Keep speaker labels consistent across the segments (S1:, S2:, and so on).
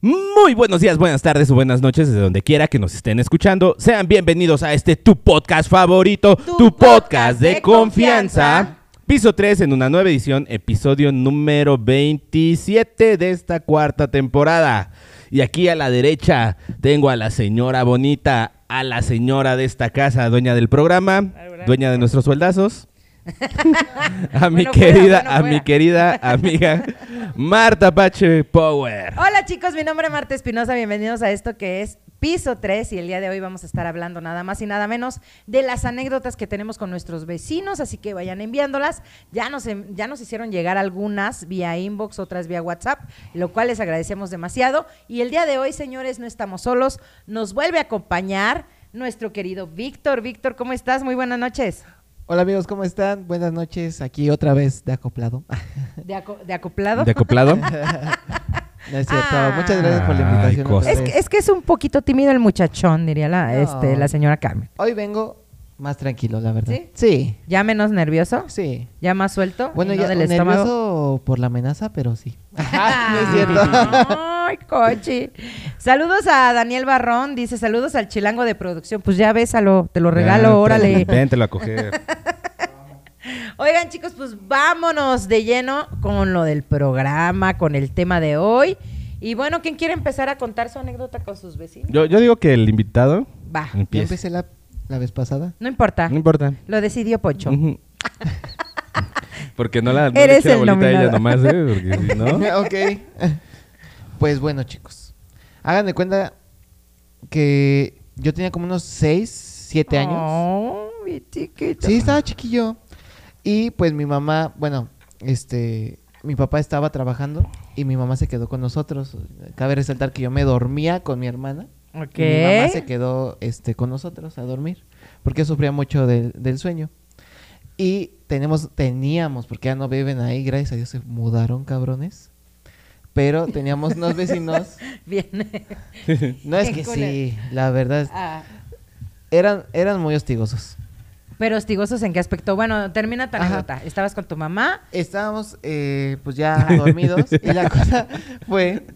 S1: Muy buenos días, buenas tardes o buenas noches desde donde quiera que nos estén escuchando. Sean bienvenidos a este tu podcast favorito, tu, podcast, de, confianza. Piso 3 en una nueva edición, episodio número 27 de esta cuarta temporada. Y aquí a la derecha tengo a la señora bonita, a la señora de esta casa, dueña del programa, dueña de nuestros sueldazos. a mi
S2: Bueno, fuera,
S1: querida,
S2: bueno,
S1: a mi
S2: fuera.
S1: querida amiga Marta Pache Power.
S2: Hola chicos, mi nombre es Marta Espinosa, bienvenidos a esto que es Piso 3 y el día de hoy vamos a estar hablando nada más y nada menos de las anécdotas que tenemos con nuestros vecinos, así que vayan enviándolas. Ya nos, en- ya nos hicieron llegar algunas vía inbox, otras vía WhatsApp, lo cual les agradecemos demasiado. Y el día de hoy, señores, no estamos solos, nos vuelve a acompañar nuestro querido Víctor. Víctor, ¿cómo estás? Muy buenas noches.
S3: Hola amigos, ¿cómo están? Buenas noches, aquí otra vez de acoplado.
S2: ¿De, aco- de acoplado?
S1: ¿De acoplado?
S3: No es cierto,
S2: Ah.
S3: muchas gracias por la
S1: Ay,
S3: invitación. otra
S1: cosas.
S2: es,
S3: vez.
S2: que, es que es un poquito tímido el muchachón, diría la,
S3: No.
S2: este, la señora Carmen.
S3: Hoy vengo más tranquilo, la verdad.
S2: ¿Sí?
S3: Sí,
S2: ¿Ya menos nervioso?
S3: sí.
S2: ¿Ya más suelto?
S3: Bueno,
S2: ¿Y no
S3: ya
S2: del
S3: nervioso
S2: estómago.
S3: por la amenaza, pero sí.
S2: Ay, cochi. Saludos a Daniel Barrón, dice saludos al chilango de producción. Pues ya bésalo, te lo regalo,
S1: Ya, te-
S2: órale.
S1: Véntelo a coger.
S2: Oigan, chicos, pues vámonos de lleno con lo del programa, con el tema de hoy. Y bueno, ¿quién quiere empezar a contar su anécdota con sus vecinos?
S1: Yo, yo digo que el invitado
S2: Va,
S3: Yo
S1: empiece.
S3: empecé la, la vez pasada.
S2: no importa.
S1: No importa.
S2: Lo decidió Poncho.
S1: Ujú. Porque no la no
S2: Eres
S1: le eche la
S2: el
S1: bolita a ella
S2: nominado.
S1: nomás, ¿eh? Porque si no.
S3: ok. Pues bueno, chicos. Hagan de cuenta que yo tenía como unos 6, 7 años.
S2: Oh, mi chiquito.
S3: Sí, estaba chiquillo. Y pues mi mamá, bueno, este, mi papá estaba trabajando y mi mamá se quedó con nosotros. Cabe resaltar que yo me dormía con mi hermana.
S2: Ok.
S3: Y mi mamá se quedó este, con nosotros a dormir porque sufría mucho del, del sueño. Y tenemos, teníamos, porque ya no viven ahí, gracias a Dios se mudaron cabrones. Pero teníamos unos vecinos.
S2: Bien.
S3: No es
S2: Qué
S3: que
S2: culero.
S3: sí, la verdad.
S2: Ah.
S3: Eran, eran muy hostigosos.
S2: Pero hostigosos en qué aspecto. Bueno, termina tu
S3: Ajá.
S2: anécdota. Estabas con tu mamá.
S3: Estábamos eh, pues ya dormidos y la cosa fue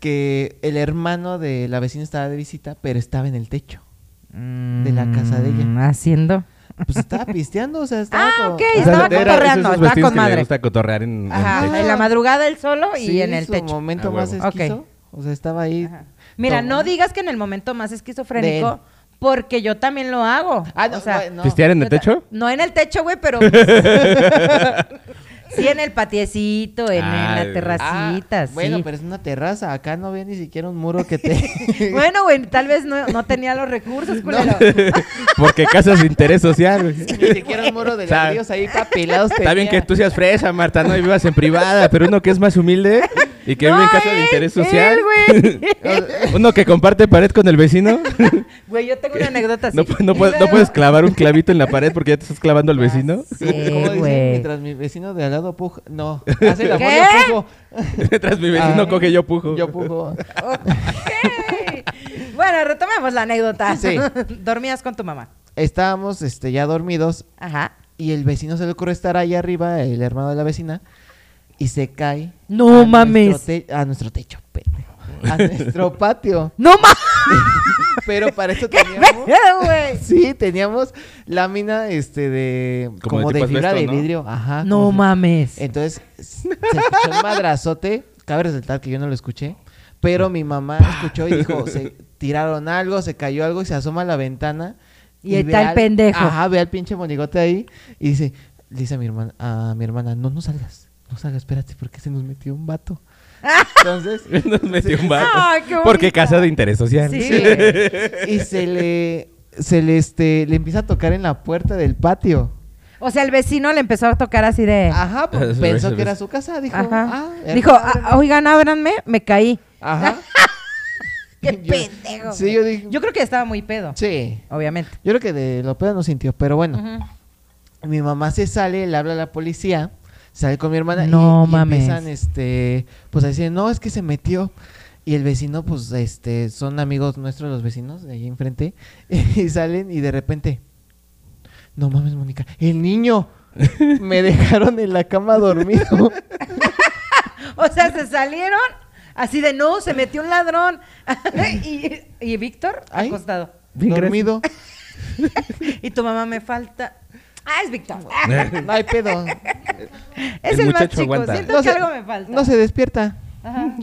S3: que el hermano de la vecina estaba de visita, pero estaba en el techo.
S2: De
S3: la casa de
S1: Mm.
S3: ella.
S2: Haciendo.
S3: Pues estaba pisteando, o sea, estaba
S2: Ah,
S3: como-
S2: ok, estaba
S1: era-
S2: cotorreando,
S1: esos
S2: estaba con
S1: vestidos que le
S2: madre.
S1: gusta cotorrear en, en
S2: Ajá,
S1: techo.
S2: en la madrugada él solo
S3: Sí,
S2: y en el
S3: su
S2: techo.
S3: momento
S1: A
S3: más
S1: Ah, huevo.
S3: esquizo,
S2: Ok.
S3: o sea, estaba ahí.
S2: Ajá. Mira,
S3: todo.
S2: no digas que en el momento más
S3: De
S2: esquizofrénico,
S3: él.
S2: porque yo también lo hago.
S3: Ah, no,
S2: O sea,
S3: no, no.
S1: ¿Pistear en el
S2: yo ta-
S1: techo?
S2: No en el techo, güey, pero sí en el patiecito, en, en
S1: Ah,
S2: la
S1: eh.
S3: Ah,
S2: terracita, sí.
S3: Bueno, pero es una terraza, acá no ve ni siquiera un muro que te
S2: Bueno, güey, tal vez no, no tenía los recursos, culero.
S1: Porque casas de interés social. güey.
S3: ni siquiera un muro de
S1: O sea,
S3: ladrillos ahí papelados
S1: Está bien que
S3: tenía.
S1: tú seas fresa, Marta, no y vivas en privada, pero uno que es más humilde y que vive en casa de
S2: él,
S1: interés
S2: él,
S1: social.
S2: güey.
S1: Uno que comparte pared con el vecino.
S2: Güey, yo tengo una anécdota así.
S1: No, pu- no puedes, no puedes clavar un clavito en la pared porque ya te estás clavando al vecino.
S2: Sí,
S3: Como dicen,
S2: güey.
S3: mientras mi vecino de al lado puja, no, hace la
S2: ¿Qué?
S3: foto pujo.
S1: Mientras mi vecino
S3: Ah.
S1: coge, yo pujo.
S3: Yo pujo.
S2: Ok. Bueno, retomemos la anécdota.
S3: Sí.
S2: Dormías con tu mamá.
S3: Estábamos este ya dormidos
S2: Ajá.
S3: y el vecino se le ocurre estar ahí arriba, el hermano de la vecina, y se cae
S2: No
S3: a
S2: mames.
S3: nuestro te- a nuestro techo, pendejo. A nuestro patio.
S2: ¡No mames!
S3: Pero para eso teníamos.
S2: güey!
S3: Sí, teníamos lámina este de
S1: Como
S3: como, de,
S1: de tipo
S3: fibra
S1: asbesto,
S3: de
S1: ¿no?
S3: vidrio, ajá.
S2: No
S3: como si-
S2: mames.
S1: Eh,
S3: Entonces, se escuchó un madrazote, cabe resaltar que yo no lo escuché, pero mi mamá escuchó y dijo, se tiraron algo, se cayó algo y se asoma a la ventana
S2: Y ahí
S3: ve
S2: está el
S3: al-
S2: pendejo.
S3: Ajá, ve al pinche monigote ahí y dice, le dice a mi hermana, a mi hermana, "No no salgas, no salgas, espérate porque se nos metió un vato."
S2: Ah,
S3: Entonces,
S1: Nos metió un vato.
S2: Ay, qué
S1: porque
S2: bonita.
S1: casa de interés social.
S2: Sí.
S3: y se le se le este le empieza a tocar en la puerta del patio.
S2: O sea, el vecino le empezó a tocar así de.
S3: Ajá, pues,
S1: Eso,
S3: pensó
S1: eso,
S3: que era
S1: eso.
S3: su casa, dijo.
S2: Eh. Ajá.
S3: "Ah,
S2: Dijo, "Ah, oigan, ábranme, me caí.
S3: Ajá.
S2: Qué
S3: Yo-
S2: pendejo.
S3: Sí,
S2: güey.
S3: yo dije.
S2: Yo creo que estaba muy pedo.
S3: Sí.
S2: Obviamente.
S3: Yo creo que de lo pedo no sintió, pero bueno.
S2: Ujú.
S3: Mi mamá se sale, le habla a la policía, sale con mi hermana
S2: No
S3: y, y
S2: mames.
S3: empiezan este pues a decir, "No, es que se metió." Y el vecino pues este son amigos nuestros los vecinos de ahí enfrente y salen y de repente No mames, Mónica, el niño me dejaron en la cama dormido.
S2: O sea, se salieron así de no, se metió un ladrón. y, y Víctor
S3: Ay.
S2: acostado.
S4: Bien, gracias.
S3: dormido.
S2: Y tu mamá me falta. Ah, es Víctor.
S3: No hay pedo.
S2: es
S1: El
S2: el, más
S1: muchacho
S2: chico.
S1: aguanta.
S2: Siento
S3: No
S2: que
S3: se-
S2: algo me falta.
S3: No se despierta.
S2: Ajá.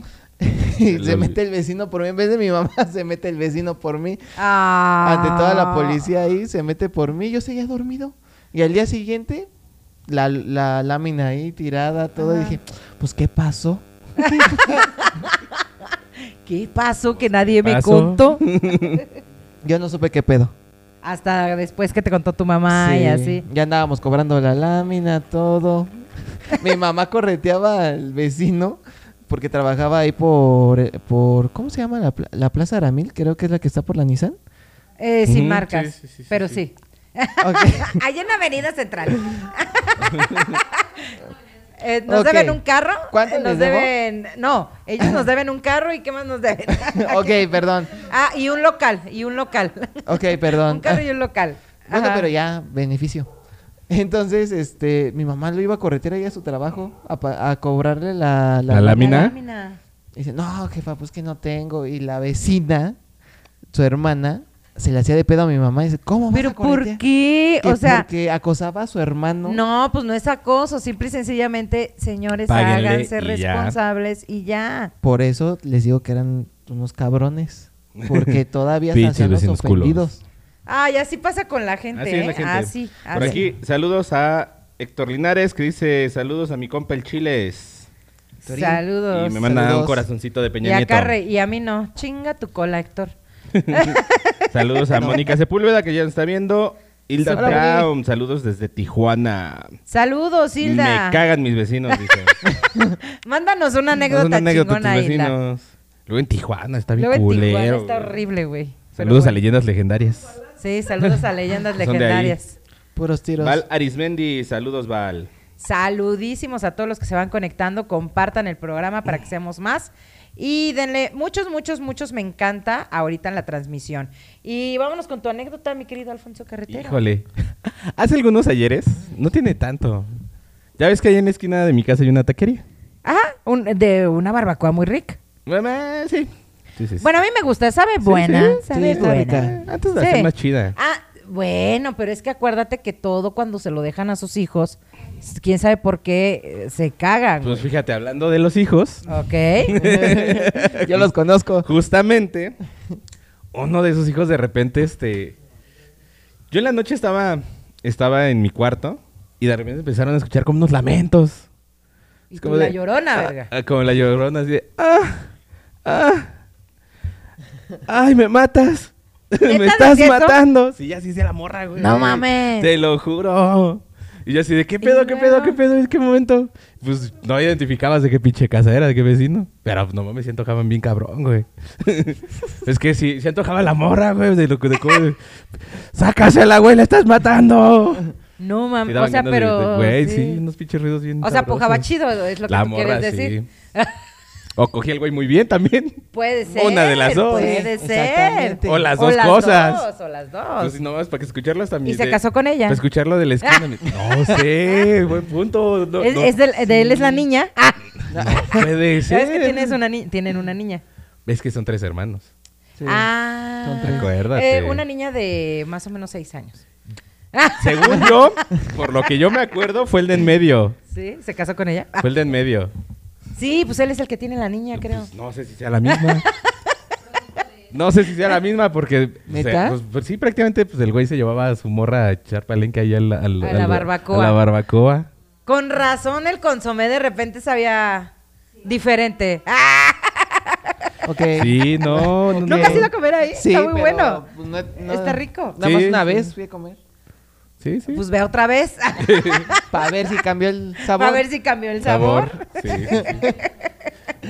S3: se mete el vecino por mí. En vez de mi mamá, se mete el vecino por mí.
S2: Ah.
S3: ante toda la policía ahí, se mete por mí, yo seguía dormido. Y al día siguiente, la, la lámina ahí tirada, todo, y dije, pues ¿qué pasó?
S2: ¿Qué pasó que nadie me
S1: pasó?
S2: contó?
S3: Yo no supe qué pedo.
S2: Hasta después que te contó tu mamá y
S3: Sí,
S2: así.
S3: Ya andábamos cobrando la lámina, todo. Mi mamá correteaba al vecino porque trabajaba ahí por, eh, por ¿cómo se llama? La, pla- la Plaza Aramil, creo que es la que está por la Nissan.
S2: Eh, sin
S1: Ujú,
S2: marcas.
S1: sí, sí, sí, sí,
S2: pero sí.
S1: sí.
S3: Ok.
S2: Allá en Avenida Central. Eh, nos
S3: Ok.
S2: deben un carro.
S3: ¿Cuánto
S2: eh, nos
S3: les debo?
S2: deben. No, ellos nos deben un carro y qué más nos deben.
S3: ok, perdón.
S2: Ah, y un local, y un local.
S3: Ok, perdón.
S2: un carro y un local.
S3: Bueno,
S2: Ajá.
S3: pero ya, beneficio. Entonces, este, mi mamá lo iba a corretear ahí a su trabajo a, pa- a cobrarle la,
S1: La
S2: La
S1: lámina.
S3: Y dice, no, jefa, pues que no tengo. Y la vecina, su hermana, se le hacía de pedo a mi mamá. Y dice, ¿cómo vas
S2: Pero
S3: a
S2: ¿por
S3: corretear?
S2: qué?
S3: Que
S2: O sea,
S3: Porque acosaba a su hermano.
S2: no, pues no es acoso. Simple y sencillamente, señores,
S1: Páguenle
S2: háganse
S1: y ya.
S2: responsables y ya.
S3: Por eso les digo que eran unos cabrones. Porque todavía están
S1: Pinches
S3: siendo
S1: vecinos culos.
S3: ofendidos.
S2: Ay, así pasa con la gente,
S1: Así es la
S2: ¿eh?
S1: gente.
S2: Así,
S1: Por
S2: así.
S1: aquí, saludos a Héctor Linares, que dice saludos a mi compa el Chiles.
S2: Saludos.
S1: Y me manda
S3: Saludos.
S1: un corazoncito de
S2: Y
S1: Peña
S2: a
S1: Nieto.
S2: Carre, y a mí no. Chinga tu cola, Héctor.
S1: Saludos a Mónica Sepúlveda, que ya nos está viendo. Hilda
S3: Hola,
S1: Brown, saludos desde Tijuana.
S2: Saludos, Hilda.
S1: Me cagan mis vecinos, dice.
S2: Mándanos una anécdota,
S1: Una anécdota
S2: chingona,
S1: tus
S2: Hilda.
S1: vecinos. Luego en Tijuana, está bien
S2: Luego en
S1: culero.
S2: Tijuana está
S1: güey.
S2: horrible, güey.
S1: Saludos
S2: Pero
S1: a leyendas legendarias.
S2: bueno. Sí, saludos a leyendas
S1: Son de ahí.
S2: legendarias.
S3: Puros tiros.
S1: Val Arismendi, saludos Val.
S2: Saludísimos a todos los que se van conectando. Compartan el programa para que seamos más. Y denle muchos, muchos, muchos me encanta ahorita en la transmisión. Y vámonos con tu anécdota, mi querido Alfonso Carretera.
S1: Híjole. Hace algunos ayeres, no tiene tanto. Ya ves que ahí en la esquina de mi casa hay una taquería.
S2: Ajá, un- de una barbacoa muy rica.
S1: Mamá, sí. Sí, sí, sí.
S2: Bueno, a mí me gusta, sabe buena,
S3: sí,
S2: sabe
S3: está
S2: buena.
S3: rica.
S1: Antes de
S2: Sí.
S1: hacer más chida.
S2: Ah, bueno, pero es que acuérdate que todo cuando se lo dejan a sus hijos, s- quién sabe por qué eh, se cagan.
S1: Pues fíjate, hablando de los hijos,
S2: ok.
S3: Yo los conozco.
S1: justamente uno de sus hijos de repente, este... Yo en la noche estaba, estaba en mi cuarto y de repente empezaron a escuchar como unos lamentos.
S2: Y
S1: Es
S2: tú
S1: como
S2: la
S1: de-
S2: llorona,
S1: ah,
S2: verga.
S1: ah, como la llorona, así de, ¡ah! ¡ah! ¡ay, me matas!
S2: ¿Neta
S1: ¡me estás
S2: decía eso?
S1: matando! Sí, ya sí de la morra, güey.
S2: No mames.
S1: Te lo juro. Y yo así de, ¿qué
S2: Y
S1: pedo, qué pedo,
S2: luego?
S1: qué pedo, en qué momento? Pues no identificabas de qué pinche casa era, de qué vecino. Pero pues, no mames, se antojaban bien cabrón, güey. es que sí, se antojaba la morra, güey, de lo que... De cómo- ¡Sácasela, güey, la estás matando!
S2: No
S1: ah, Sí
S2: mames, o
S1: daban
S2: sea,
S1: ganas de- de-
S2: pero
S1: Güey, sí.
S2: sí.
S1: unos pinches ruidos bien
S2: O sea,
S1: sabrosos.
S2: pojaba chido, es lo que
S1: La
S2: tú
S1: morra,
S2: quieres decir. Pues,
S1: O cogí el güey muy bien también.
S2: Puede ser.
S1: Una de las dos.
S2: Puede
S3: Sí,
S2: ser.
S3: exactamente.
S1: O las dos cosas.
S2: dos, o las
S1: Pues
S2: dos.
S1: no más para que escucharlo hasta mi.
S2: se
S1: de-
S2: casó con ella.
S1: Para escucharlo de la esquina. me- No sé, buen punto. No,
S2: es,
S1: no-
S2: es del- de él es la niña. Ah,
S1: no puede ser.
S2: ¿Sabes que tienes una ni- tienen una niña?
S1: Es que son tres hermanos.
S3: Sí.
S2: Ah,
S3: Son tres.
S1: Acuérdate.
S2: Eh, una niña de más o menos seis años.
S1: Según yo, por lo que yo me acuerdo, fue el de en medio.
S2: ¿Sí? ¿Se casó con ella? Ah,
S1: Fue el de en medio.
S2: Sí, pues él es el que tiene la niña, creo.
S1: Pues no sé si sea la misma. No sé si sea la misma porque... o sea,
S3: ¿Neta?
S1: pues, pues sí, prácticamente pues, el güey se llevaba a su morra a echar palenque ahí al- al-
S2: A la
S1: al-
S2: barbacoa.
S1: A la barbacoa.
S2: Con razón el consomé de repente sabía diferente. ¡Ah!
S3: Ok.
S2: Eh.
S1: Sí, no, no,
S2: ¿Nunca has
S1: no.
S2: ido a comer ahí?
S3: Sí,
S2: Está muy
S3: pero,
S2: bueno.
S3: pues, no- no-
S2: Está rico.
S3: Nada más
S1: Sí,
S3: una
S1: sí.
S3: vez fui a comer.
S1: Sí, sí.
S2: Pues ve otra vez.
S3: Para ver si cambió el sabor.
S2: A ver si cambió el sabor.
S1: Sí, sí, sí.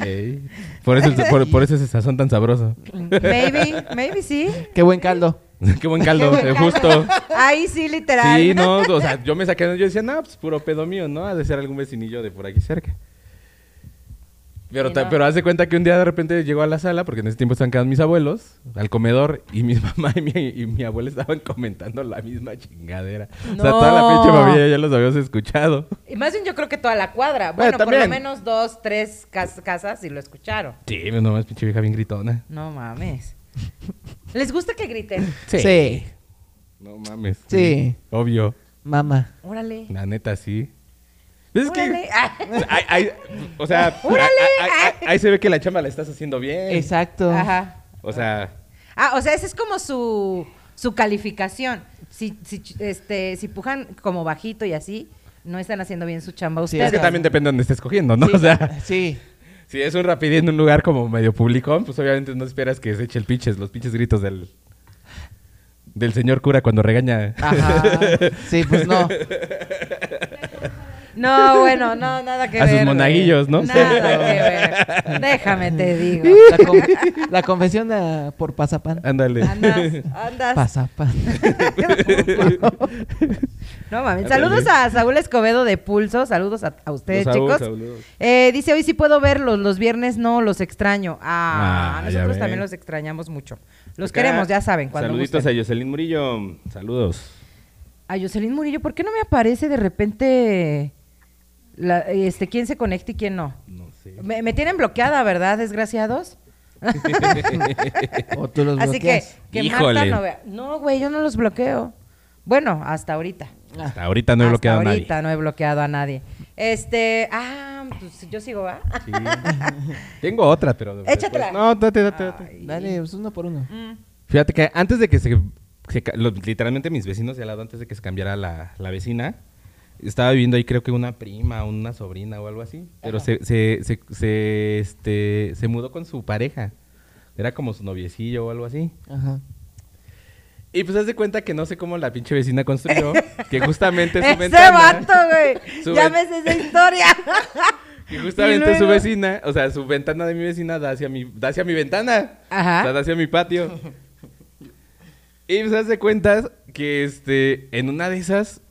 S1: Ey. Por, eso, por, por eso ese sazón tan sabroso.
S2: Maybe, maybe sí.
S3: Qué buen caldo.
S1: Qué buen caldo, eh, justo.
S2: Ahí sí, literal.
S1: Sí, no, o sea, yo me saqué, yo decía, no, pues puro pedo mío, ¿no? Ha de ser algún vecinillo de por aquí cerca. Pero,
S2: Sí,
S1: ta-
S2: no.
S1: pero haz de cuenta que un día de repente llegó a la sala, porque en ese tiempo estaban quedando mis abuelos, al comedor, y mi mamá y mi, y mi abuela estaban comentando la misma chingadera. O sea, toda la
S2: No.
S1: pinche familia ya los habíamos escuchado.
S2: Y más bien yo creo que toda la cuadra.
S1: Bueno,
S2: Bueno, por lo
S1: también.
S2: menos dos, tres cas- casas y lo escucharon.
S1: Sí, pero nomás pinche vieja bien gritona.
S2: No mames. ¿Les gusta que griten?
S3: Sí.
S1: No mames.
S3: Sí.
S1: Obvio.
S3: Mamá.
S2: Órale.
S1: La neta, sí. Es que...
S2: Órale. Ah.
S1: Ay, ay, o sea,
S2: Órale.
S1: ay, ay, ay, ahí se ve que la chamba la estás haciendo bien.
S3: Exacto.
S2: Ajá.
S1: O sea,
S2: Ah, o sea, esa es como su, su calificación. Si, si, ch- este, si pujan como bajito y así, no están haciendo bien su chamba
S3: Sí,
S2: ustedes.
S1: es que también depende de dónde estés cogiendo, ¿no?
S2: Sí.
S1: O sea,
S3: Sí.
S1: si es un rapidín en un lugar como medio público, pues obviamente no esperas que se eche el pinches, los pinches gritos del del señor cura cuando regaña.
S3: Ajá. Sí, pues no.
S2: No, bueno, no, nada que
S1: A
S2: ver.
S1: sus
S2: güey.
S1: monaguillos, ¿no?
S2: Nada que ver. Déjame te digo.
S3: La, con- la confesión ah, por pasapan.
S1: Ándale.
S2: Ah, Andas,
S1: Ah.
S2: andas.
S3: Pasapan.
S2: No mames.
S1: Ándale.
S2: Saludos a Saúl Escobedo de Pulso. Saludos a, a ustedes,
S1: Los Saúl,
S2: chicos.
S1: saludos.
S2: Eh, dice, hoy sí puedo verlos. Los viernes no, los extraño. Ah,
S1: Ah, ya
S2: nosotros
S1: ven.
S2: también los extrañamos mucho. Los
S1: Acá,
S2: queremos, ya saben. Cuando
S1: Saluditos
S2: gusten.
S1: a Jocelyn Murillo. Saludos.
S2: A Jocelyn Murillo, ¿por qué no me aparece de repente la- este, quién se conecta y quién no?
S1: No sé.
S2: Me, me tienen bloqueada, ¿verdad, desgraciados?
S3: O tú los
S2: Así que,
S3: bloqueas.
S2: que
S1: Híjole.
S2: Marta no vea. No, güey, yo no los bloqueo. Bueno, hasta ahorita.
S1: Hasta ahorita no he
S2: Hasta
S1: bloqueado a nadie.
S2: ahorita no he bloqueado a nadie. Este, ah, pues yo sigo, ¿va?
S1: Tengo otra, pero. después-
S2: Échatela.
S1: No, date, date, date.
S3: Dale, pues uno por uno.
S2: Mm.
S1: Fíjate que antes de que se... se ca- lo- literalmente mis vecinos de al lado, antes de que se cambiara la, la vecina, estaba viviendo ahí creo que una prima, una sobrina o algo así. Pero se, se, se, se, este, se mudó con su pareja. Era como su noviecillo o algo así.
S3: Ajá.
S1: Y pues haz de cuenta que no sé cómo la pinche vecina construyó, que justamente su
S2: Ese
S1: ventana...
S2: vato, güey.
S1: su
S2: Ya
S1: ven-
S2: me sé esa historia.
S1: Que justamente
S2: Y
S1: su
S2: luego-
S1: vecina, o sea, su ventana de mi vecina da hacia mi, da hacia mi ventana.
S2: Ajá.
S1: O sea, da hacia mi patio. y pues hace cuentas que este, en una de esas,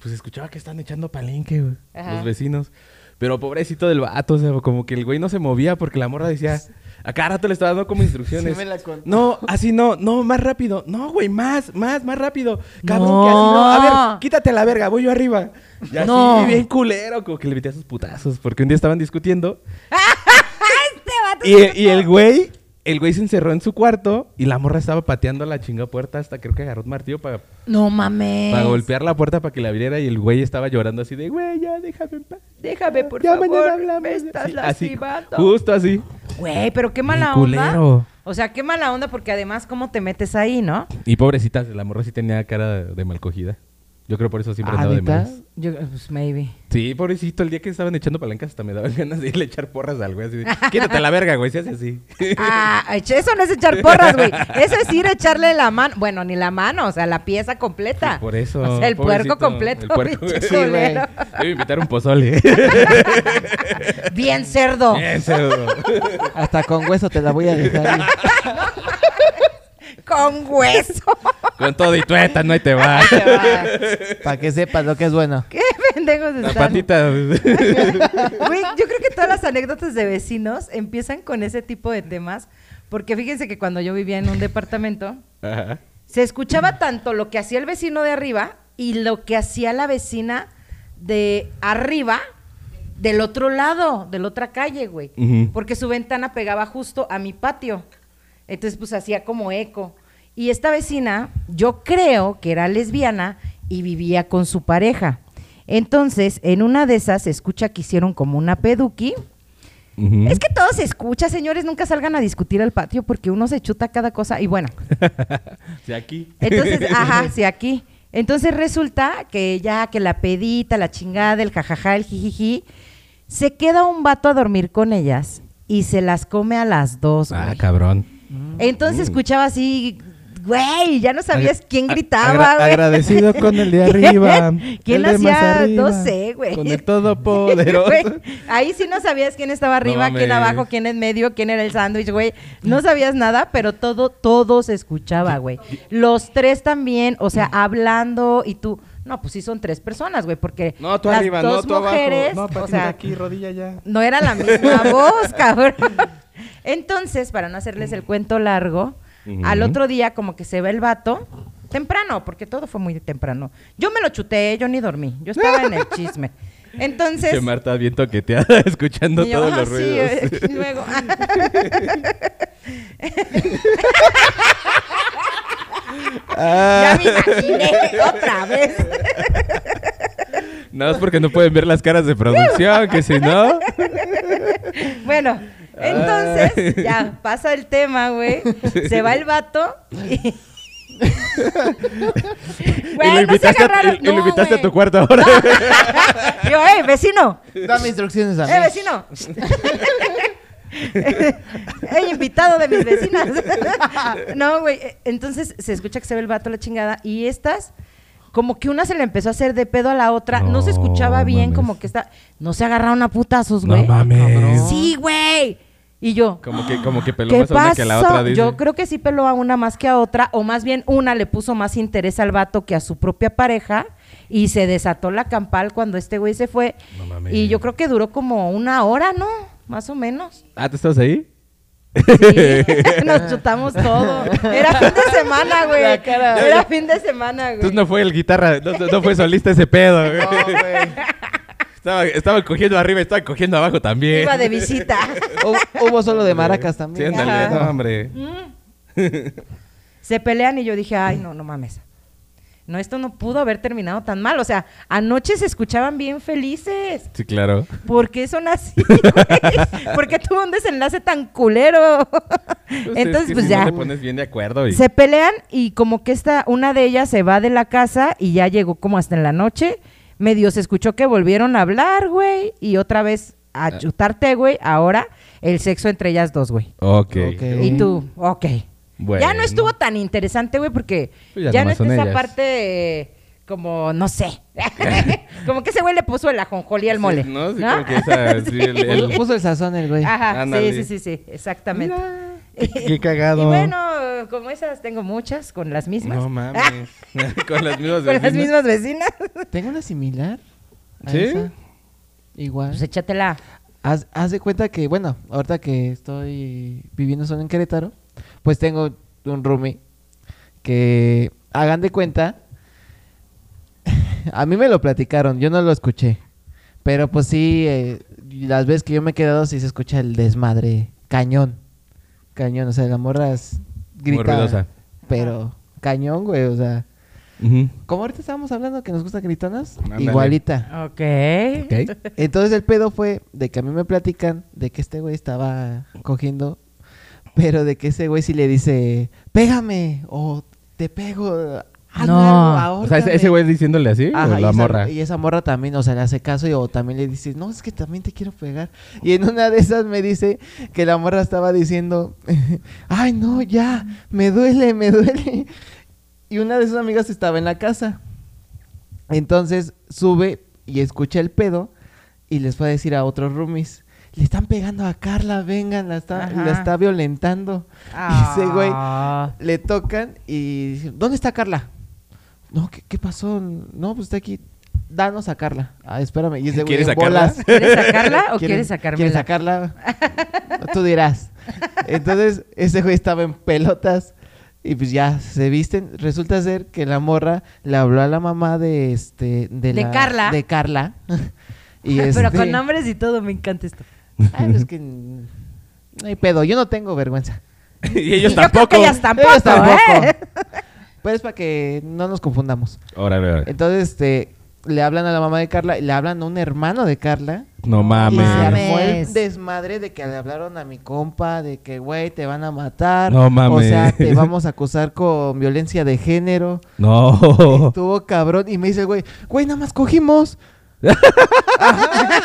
S1: pues escuchaba que están echando palenque, güey,
S2: Ajá.
S1: los vecinos. Pero pobrecito del vato, o sea, como que el güey no se movía porque la morra decía, a cada rato le estaba dando como instrucciones.
S3: Sí me la contó.
S1: No, así no, no, más rápido. No, güey, más, más, más rápido. Cabrón, que así no.
S2: No.
S1: A ver, quítate la verga, voy yo arriba. Y así,
S2: No.
S1: bien culero, como que le metía sus putazos, porque un día estaban discutiendo.
S2: Este vato
S1: Y, eh, y el güey, el güey se encerró en su cuarto y la morra estaba pateando la chinga puerta hasta creo que agarró un martillo para
S2: No mames.
S1: golpear la puerta para que la abriera y el güey estaba llorando así de, güey, ya déjame en paz.
S2: Déjame, por
S1: Ya
S2: favor.
S1: mañana hablamos.
S2: Me estás
S1: Sí, así,
S2: lastimando.
S1: justo así.
S2: Güey, pero qué mala
S1: culero.
S2: onda. O sea, qué mala onda porque además cómo te metes ahí, ¿no?
S1: Y pobrecita, la morra sí tenía cara de, de mal cogida. Yo creo por eso siempre
S3: Ah,
S1: andaba de
S3: ¿neta?
S1: malas.
S2: Yo, pues maybe.
S1: Sí, pobrecito, el día que estaban echando palancas hasta me daban ganas de irle a echar porras al güey. Así de, quítate la verga, güey, si hace así.
S2: Ah, ech- eso no es echar porras, güey. Eso es ir a echarle la mano. Bueno, ni la mano, o sea, la pieza completa.
S1: Por eso.
S2: O sea, el puerco
S1: pobrecito,
S2: completo.
S1: el puerco.
S2: pinche
S1: Sí, güey.
S2: culero.
S1: Debe invitar un pozole.
S2: Bien cerdo.
S1: Eso.
S3: Hasta con hueso te la voy a dejar. ir.
S2: Con hueso.
S1: Con todo y tueta, no ahí te va.
S3: Para que sepas lo que es bueno.
S2: Qué pendejos
S1: La
S2: están.
S1: patita.
S2: Güey, yo creo que todas las anécdotas de vecinos empiezan con ese tipo de temas. Porque fíjense que cuando yo vivía en un departamento,
S1: Ajá.
S2: se escuchaba tanto lo que hacía el vecino de arriba y lo que hacía la vecina de arriba del otro lado, de la otra calle, güey.
S1: Ujú.
S2: Porque su ventana pegaba justo a mi patio. Entonces, pues hacía como eco. Y esta vecina, yo creo que era lesbiana y vivía con su pareja. Entonces, en una de esas se escucha que hicieron como una peduqui.
S1: Ujú.
S2: Es que todo se escucha, señores, nunca salgan a discutir al patio porque uno se chuta cada cosa. Y bueno,
S1: De aquí.
S2: entonces, ajá, sí, aquí. Entonces resulta que ya que la pedita, la chingada, el jajaja, el jijiji, se queda un vato a dormir con ellas y se las come a las dos.
S1: Ah,
S2: güey.
S1: cabrón.
S2: Entonces escuchaba así Güey, ya no sabías
S1: Agra-
S2: quién
S1: a-
S2: gritaba,
S1: agra-
S2: güey.
S1: Agradecido con el de arriba.
S2: ¿Quién
S1: el de más
S2: hacía?
S1: arriba,
S2: No sé, güey.
S1: Con el todopoderoso.
S2: Güey, ahí sí no sabías quién estaba arriba,
S1: No
S2: quién
S1: mames.
S2: abajo, quién en medio, quién era el sándwich, güey. No sabías nada, pero todo, todo se escuchaba, güey. Los tres también, o sea, hablando y tú. No, pues sí son tres personas, güey, porque
S1: No, tú
S2: las
S1: arriba, no,
S2: dos
S1: tú abajo.
S2: mujeres,
S1: No,
S2: o sea,
S4: rodilla ya.
S2: no era la misma voz, cabrón. Entonces, para no hacerles el cuento largo,
S1: Ujú.
S2: al otro día como que se va el vato, temprano, porque todo fue muy temprano. Yo me lo chuté, yo ni dormí, yo estaba en el chisme. Entonces...
S1: Che, Marta, bien toqueteada, escuchando
S2: y yo,
S1: todos
S2: "Ah,
S1: los
S2: sí,
S1: ruidos.
S2: eh, y luego,
S1: Ah.
S2: ya me imaginé otra vez.
S1: Nada más porque no pueden ver las caras de producción, que si no.
S2: Bueno, entonces ya pasa el tema, güey. Se va el vato y... Güey,
S1: y
S2: no
S1: lo
S2: se
S1: invitaste, a,
S2: agarraron-
S1: y- y lo
S2: no,
S1: invitaste a
S2: güey.
S1: tu cuarto ahora.
S2: Yo, eh, vecino.
S3: Dame instrucciones a mí.
S2: Eh, vecino. He invitado de mis vecinas. no, güey. eh, Entonces se escucha que se ve el vato a la chingada y estas. Como que una se le empezó a hacer de pedo a la otra, no, se escuchaba
S1: No
S2: bien,
S1: mames.
S2: como que está. No se agarraron a putazos,
S1: No
S2: güey.
S1: mames.
S2: Sí, güey. Y yo.
S1: Como que, como que peló
S2: ¿Qué
S1: más a una que a la
S2: pasó?
S1: otra. Dice.
S2: Yo creo que sí peló a una más que a otra, o más bien una le puso más interés al vato que a su propia pareja y se desató la campal cuando este güey se fue.
S1: No mames.
S2: y yo creo que duró como una hora, ¿no? Más o menos.
S1: Ah, ¿tú estás ahí?
S2: Sí, nos chutamos todo. Era fin de semana, güey.
S3: La cara.
S2: Era fin de semana, güey.
S1: Entonces no fue el guitarra, no, no- no fue solista ese pedo. güey.
S3: No, güey.
S1: Estaba, estaba cogiendo arriba, y estaba cogiendo abajo también.
S2: Iba de visita.
S3: Hu- Hubo solo de maracas
S1: Sí,
S3: también.
S1: ándale,
S2: Ajá. Mm.
S1: no, hombre.
S2: se pelean y yo dije, ay, no, no mames. No, esto no pudo haber terminado tan mal. O sea, anoche se escuchaban bien felices.
S1: Sí, claro.
S2: ¿Por qué son así? güey? ¿Por qué tuvo un desenlace tan culero?
S1: es que
S2: Entonces, pues
S1: si
S2: ya.
S1: No te pones bien de acuerdo y
S2: Se pelean y como que esta, una de ellas se va de la casa y ya llegó como hasta en la noche. Medio se escuchó que volvieron a hablar, güey. Y otra vez
S1: Ah.
S2: a chutarte, güey. Ahora el sexo entre ellas dos, güey.
S1: Ok.
S3: Ok.
S2: Y tú, ok.
S1: Bueno.
S2: Ya no estuvo tan interesante, güey, porque
S1: Pues
S2: ya,
S1: ya
S2: no
S1: nomás
S2: está
S1: son
S2: esa
S1: ellas.
S2: parte eh, como, no sé. como que ese güey le puso el ajonjolí al
S1: Sí,
S2: mole.
S1: ¿no? Sí, como que esa- sí, el- el-
S3: Puso- Puso el sazón el güey.
S2: Ajá,
S1: Ándale.
S2: sí, sí, sí, sí, exactamente.
S4: qué- qué cagado.
S2: Y bueno, como esas tengo muchas con las mismas.
S1: No mames. Con las mismas
S2: con las
S1: vecinas.
S2: mismas vecinas.
S3: Tengo una similar. a
S1: ¿Sí?
S3: esa. Igual.
S2: Pues échatela.
S3: Haz, haz de cuenta que, bueno, ahorita que estoy viviendo solo en Querétaro, pues tengo un roomie que, hagan de cuenta, a mí me lo platicaron, yo no lo escuché, pero pues sí, eh, las veces que yo me he quedado sí se escucha el desmadre, cañón, cañón, o sea, la morra es-
S1: Muy ruidosa.
S3: grita, pero cañón, güey, o sea,
S1: Ujú.
S3: como ahorita estábamos hablando que nos gustan gritonas,
S1: Ándale.
S3: igualita.
S2: Ok.
S3: Entonces el pedo fue de que a mí me platican de que este güey estaba cogiendo, pero de que ese güey sí le dice, pégame o te pego, haz
S2: No.
S3: algo,
S1: O sea, ese,
S3: ahórcame".
S1: ese güey diciéndole así,
S3: Ajá,
S1: o
S3: y
S1: la
S3: esa-
S1: morra.
S3: Y esa morra también, o sea, le hace caso y o también le dice, no, es que también te quiero pegar. Y en una de esas me dice que la morra estaba diciendo, ay, no, ya, me duele, me duele. Y una de sus amigas estaba en la casa. Entonces sube y escucha el pedo y les fue a decir a otros roomies, le están pegando a Carla, vengan, la está,
S2: Ajá.
S3: la está violentando. Y ese güey
S2: Ah.
S3: le tocan y dicen, ¿dónde está Carla? No, ¿qué, qué pasó? No, pues está aquí. Danos a Carla. Ah, espérame. Y ese güey
S1: ¿Quieres
S3: en
S1: sacarla?
S3: bolas.
S2: ¿Quieres sacarla o
S3: ¿Quieren-
S2: quieres sacármela?
S3: ¿Quieres sacarla? Tú dirás. Entonces, ese güey estaba en pelotas y pues ya se visten. Resulta ser que la morra le habló a la mamá de este de,
S2: De
S3: la-
S2: Carla.
S3: de Carla. y
S2: Pero
S3: este,
S2: con nombres y todo, me encanta esto.
S3: ay, pues que n- no hay pedo, yo no tengo vergüenza.
S1: y ellos
S2: Y yo creo
S1: tampoco.
S2: que ellas tampoco,
S3: Ellos tampoco.
S2: ¿eh?
S3: Pero es para que no nos confundamos.
S1: Órale,
S2: Eh,
S1: órale.
S3: Entonces, este, le hablan a la mamá de Carla, y le hablan a un hermano de Carla.
S1: No
S3: y se
S1: mames.
S3: armó
S2: Mames.
S3: el desmadre de que le hablaron a mi compa, de que, güey, te van a matar.
S1: No mames.
S3: O sea, te vamos a acusar con violencia de género.
S1: No.
S3: Estuvo cabrón. Y me dice, el güey, güey, nada más cogimos. Ajá.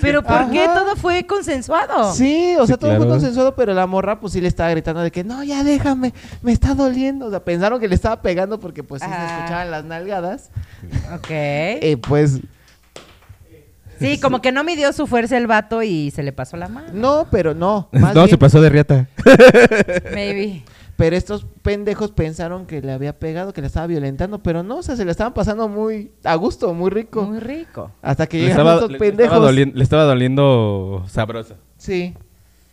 S2: Pero ¿por qué
S3: Ajá.
S2: todo fue consensuado?
S3: Sí, o sea, todo fue
S1: claro.
S3: consensuado, pero la morra pues sí le estaba gritando de que no, ya déjame, me está doliendo. O sea, pensaron que le estaba pegando porque pues sí se
S2: Ah.
S3: escuchaban las nalgadas.
S2: Ok.
S3: Eh, pues
S1: pues,
S2: sí, como que no midió su fuerza el vato y se le pasó la mano.
S3: no, pero no. Más
S1: No, se
S3: bien,
S1: pasó de riata.
S2: Maybe.
S3: pero estos pendejos pensaron que le había pegado, que le estaba violentando, pero no, o sea, se le estaban pasando muy a gusto, muy rico.
S2: Muy rico.
S3: Hasta que
S1: Le
S3: llegaron
S1: estaba,
S3: estos
S1: le- le estaba
S3: pendejos.
S1: dolien- le estaba doliendo sabrosa.
S3: sí.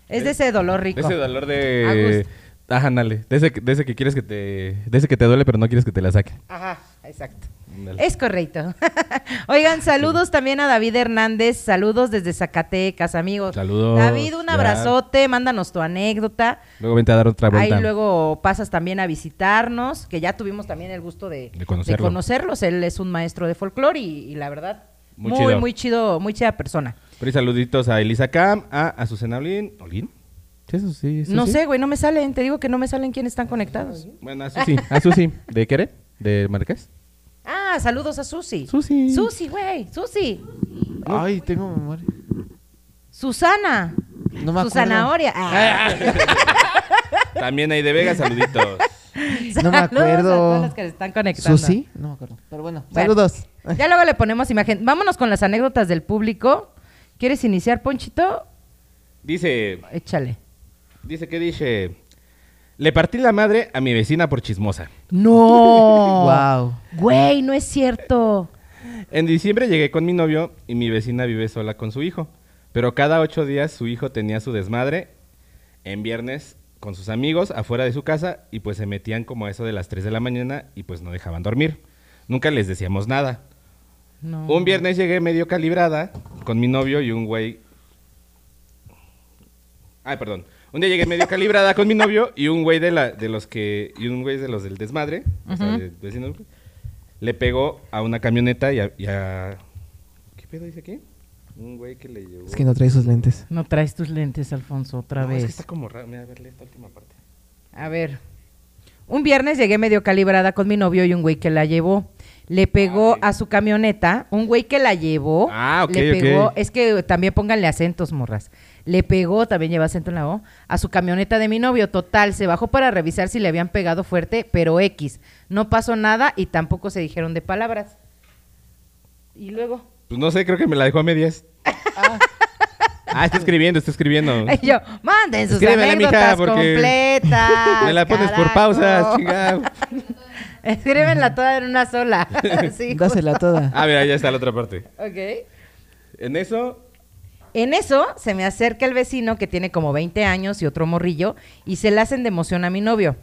S2: Es de ese dolor rico.
S1: Eh, De ese dolor
S2: A
S1: de. Ajá, ándale. De ese, que- de ese que quieres que te. De ese que te duele, pero no quieres que te la saque.
S2: Ajá, exacto.
S1: Ándale.
S2: Es correcto. Oigan, saludos también a David Hernández. Saludos desde Zacatecas, amigos.
S1: Saludos,
S2: David, un
S1: ya.
S2: abrazote. Mándanos tu anécdota.
S1: Luego vente a dar otra vuelta.
S2: Ahí luego pasas también a visitarnos, que ya tuvimos también el gusto de,
S1: De conocerlo.
S2: conocerlos. Él es un maestro de folclore y, y la verdad,
S1: Muy
S2: muy, muy
S1: chido.
S2: chido. muy chida persona.
S1: Pero y saluditos a Elisa Cam, a Azucena Olin. ¿Olin? Sí, eso sí. eso
S2: no
S1: sí.
S2: sé, güey, no me salen. Te digo que no me salen quiénes están conectados.
S1: Bueno, a Susi. A Susi. ¿De Quere? ¿De Marqués?
S2: Ah, saludos a Susi.
S1: Susi.
S2: Susi, güey, Susi.
S3: Ay, tengo memoria.
S2: Susana.
S3: No me
S2: Su
S3: acuerdo.
S2: zanahoria. Ah.
S1: También ahí de Vega, saluditos.
S3: No me
S2: Saludos
S3: acuerdo.
S2: A todos los que se están conectando.
S3: ¿Susi? No me acuerdo. Pero bueno,
S2: Bueno,
S3: saludos.
S2: Ya luego le ponemos imagen. Vámonos con las anécdotas del público. ¿Quieres iniciar, Ponchito?
S1: Dice.
S2: Échale.
S1: Dice que dice. Le partí la madre a mi vecina por chismosa.
S2: No.
S3: Wow.
S2: Güey, no es cierto.
S1: En diciembre llegué con mi novio y mi vecina vive sola con su hijo. Pero cada ocho días su hijo tenía su desmadre. En viernes con sus amigos afuera de su casa y pues se metían como a eso de las 3 de la mañana y pues no dejaban dormir. Nunca les decíamos nada.
S2: No.
S1: Un viernes llegué medio calibrada con mi novio y un güey. Ay, perdón. Un día llegué medio calibrada con mi novio y un güey de la de los que y un güey de los del desmadre, o sea, de vecinos, le pegó a una camioneta y a, y a- ¿Qué pedo dice aquí? Un güey que le llevó.
S3: Es que no trae sus lentes.
S2: No traes tus lentes, Alfonso, otra
S1: No, es
S2: vez.
S1: que está como raro. Mira, a verle esta última parte.
S2: A ver. Un viernes llegué medio calibrada con mi novio y un güey que la llevó. Le pegó a su camioneta, un güey que la llevó.
S1: Ah, ok,
S2: Le pegó,
S1: ok.
S2: es que también pónganle acentos, morras. Le pegó, también lleva acento en la O, a su camioneta de mi novio. Total, se bajó para revisar si le habían pegado fuerte, pero X. No pasó nada y tampoco se dijeron de palabras. Y luego.
S1: Pues no sé, creo que me la dejó a medias. Ah, está escribiendo, está escribiendo.
S2: Y yo, manden sus
S1: ¿Eh? Escríbele, mija,
S2: anécdotas
S1: porque
S2: completas.
S1: Me la pones por
S2: carajo.
S1: pausas, chingado.
S2: Escríbenla toda en una sola. Sí,
S3: Dásela
S2: justo.
S3: toda.
S1: Ah, mira, ya está la otra parte.
S2: Ok.
S1: En eso
S2: En eso se me acerca el vecino que tiene como 20 años y otro morrillo y se le hacen de emoción a mi novio.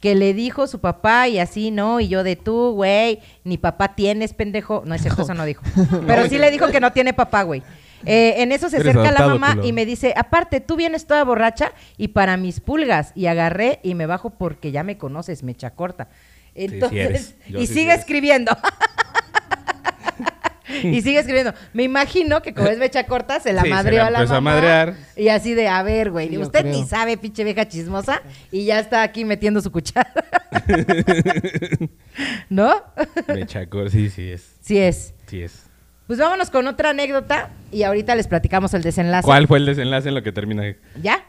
S2: Que le dijo su papá y así, ¿no? Y yo de tú, güey, ni papá tienes, pendejo. No es cierto, eso no dijo. Pero sí le dijo que no tiene papá, güey. Eh, en eso se
S1: Eres
S2: acerca la
S1: adoptado,
S2: mamá
S1: culo.
S2: y me dice, aparte, tú vienes toda borracha y para mis pulgas. Y agarré y me bajo porque ya me conoces, mecha corta.
S1: sí
S2: Entonces,
S1: eres. Yo
S2: y
S1: sí, sí
S2: sigue
S1: eres.
S2: escribiendo. y sigue escribiendo. Me imagino que como es mecha corta, se la
S1: Sí, se la
S2: madreó a la
S1: empezó a
S2: mamá.
S1: madrear.
S2: Y así de, a ver, güey,
S3: Sí, yo
S2: usted
S3: creo.
S2: ni sabe, pinche vieja chismosa, y ya está aquí metiendo su cuchara. ¿No?
S1: me chacó. Sí, sí es.
S2: Sí es.
S1: Sí es.
S2: Pues vámonos con otra anécdota y ahorita les platicamos el desenlace.
S1: ¿Cuál fue el desenlace en lo que termina?
S2: ¿Ya?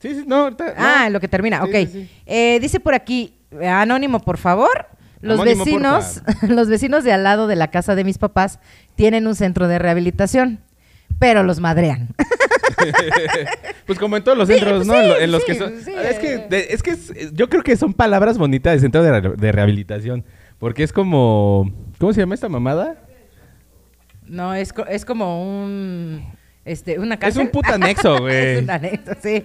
S1: Sí, sí, no, ahorita.
S2: Ah, en lo que termina,
S1: Sí,
S2: ok.
S1: sí, sí.
S2: Eh, dice por aquí, eh, anónimo, por favor. Los
S1: Anónimo,
S2: vecinos, los vecinos de al lado de la casa de mis papás tienen un centro de rehabilitación, pero los madrean.
S1: Pues como en todos los
S2: Sí, pues
S1: centros, ¿no? en, lo-
S2: sí,
S1: en los
S2: sí,
S1: que son.
S2: sí,
S1: es que,
S2: eh.
S1: de- es que es- yo creo que son palabras bonitas de centro de, re- de rehabilitación. Porque es como. ¿Cómo se llama esta mamada?
S2: No, es, co- es como un este una
S1: Es
S2: cárcel.
S1: un puto anexo, güey.
S2: es un anexo, sí.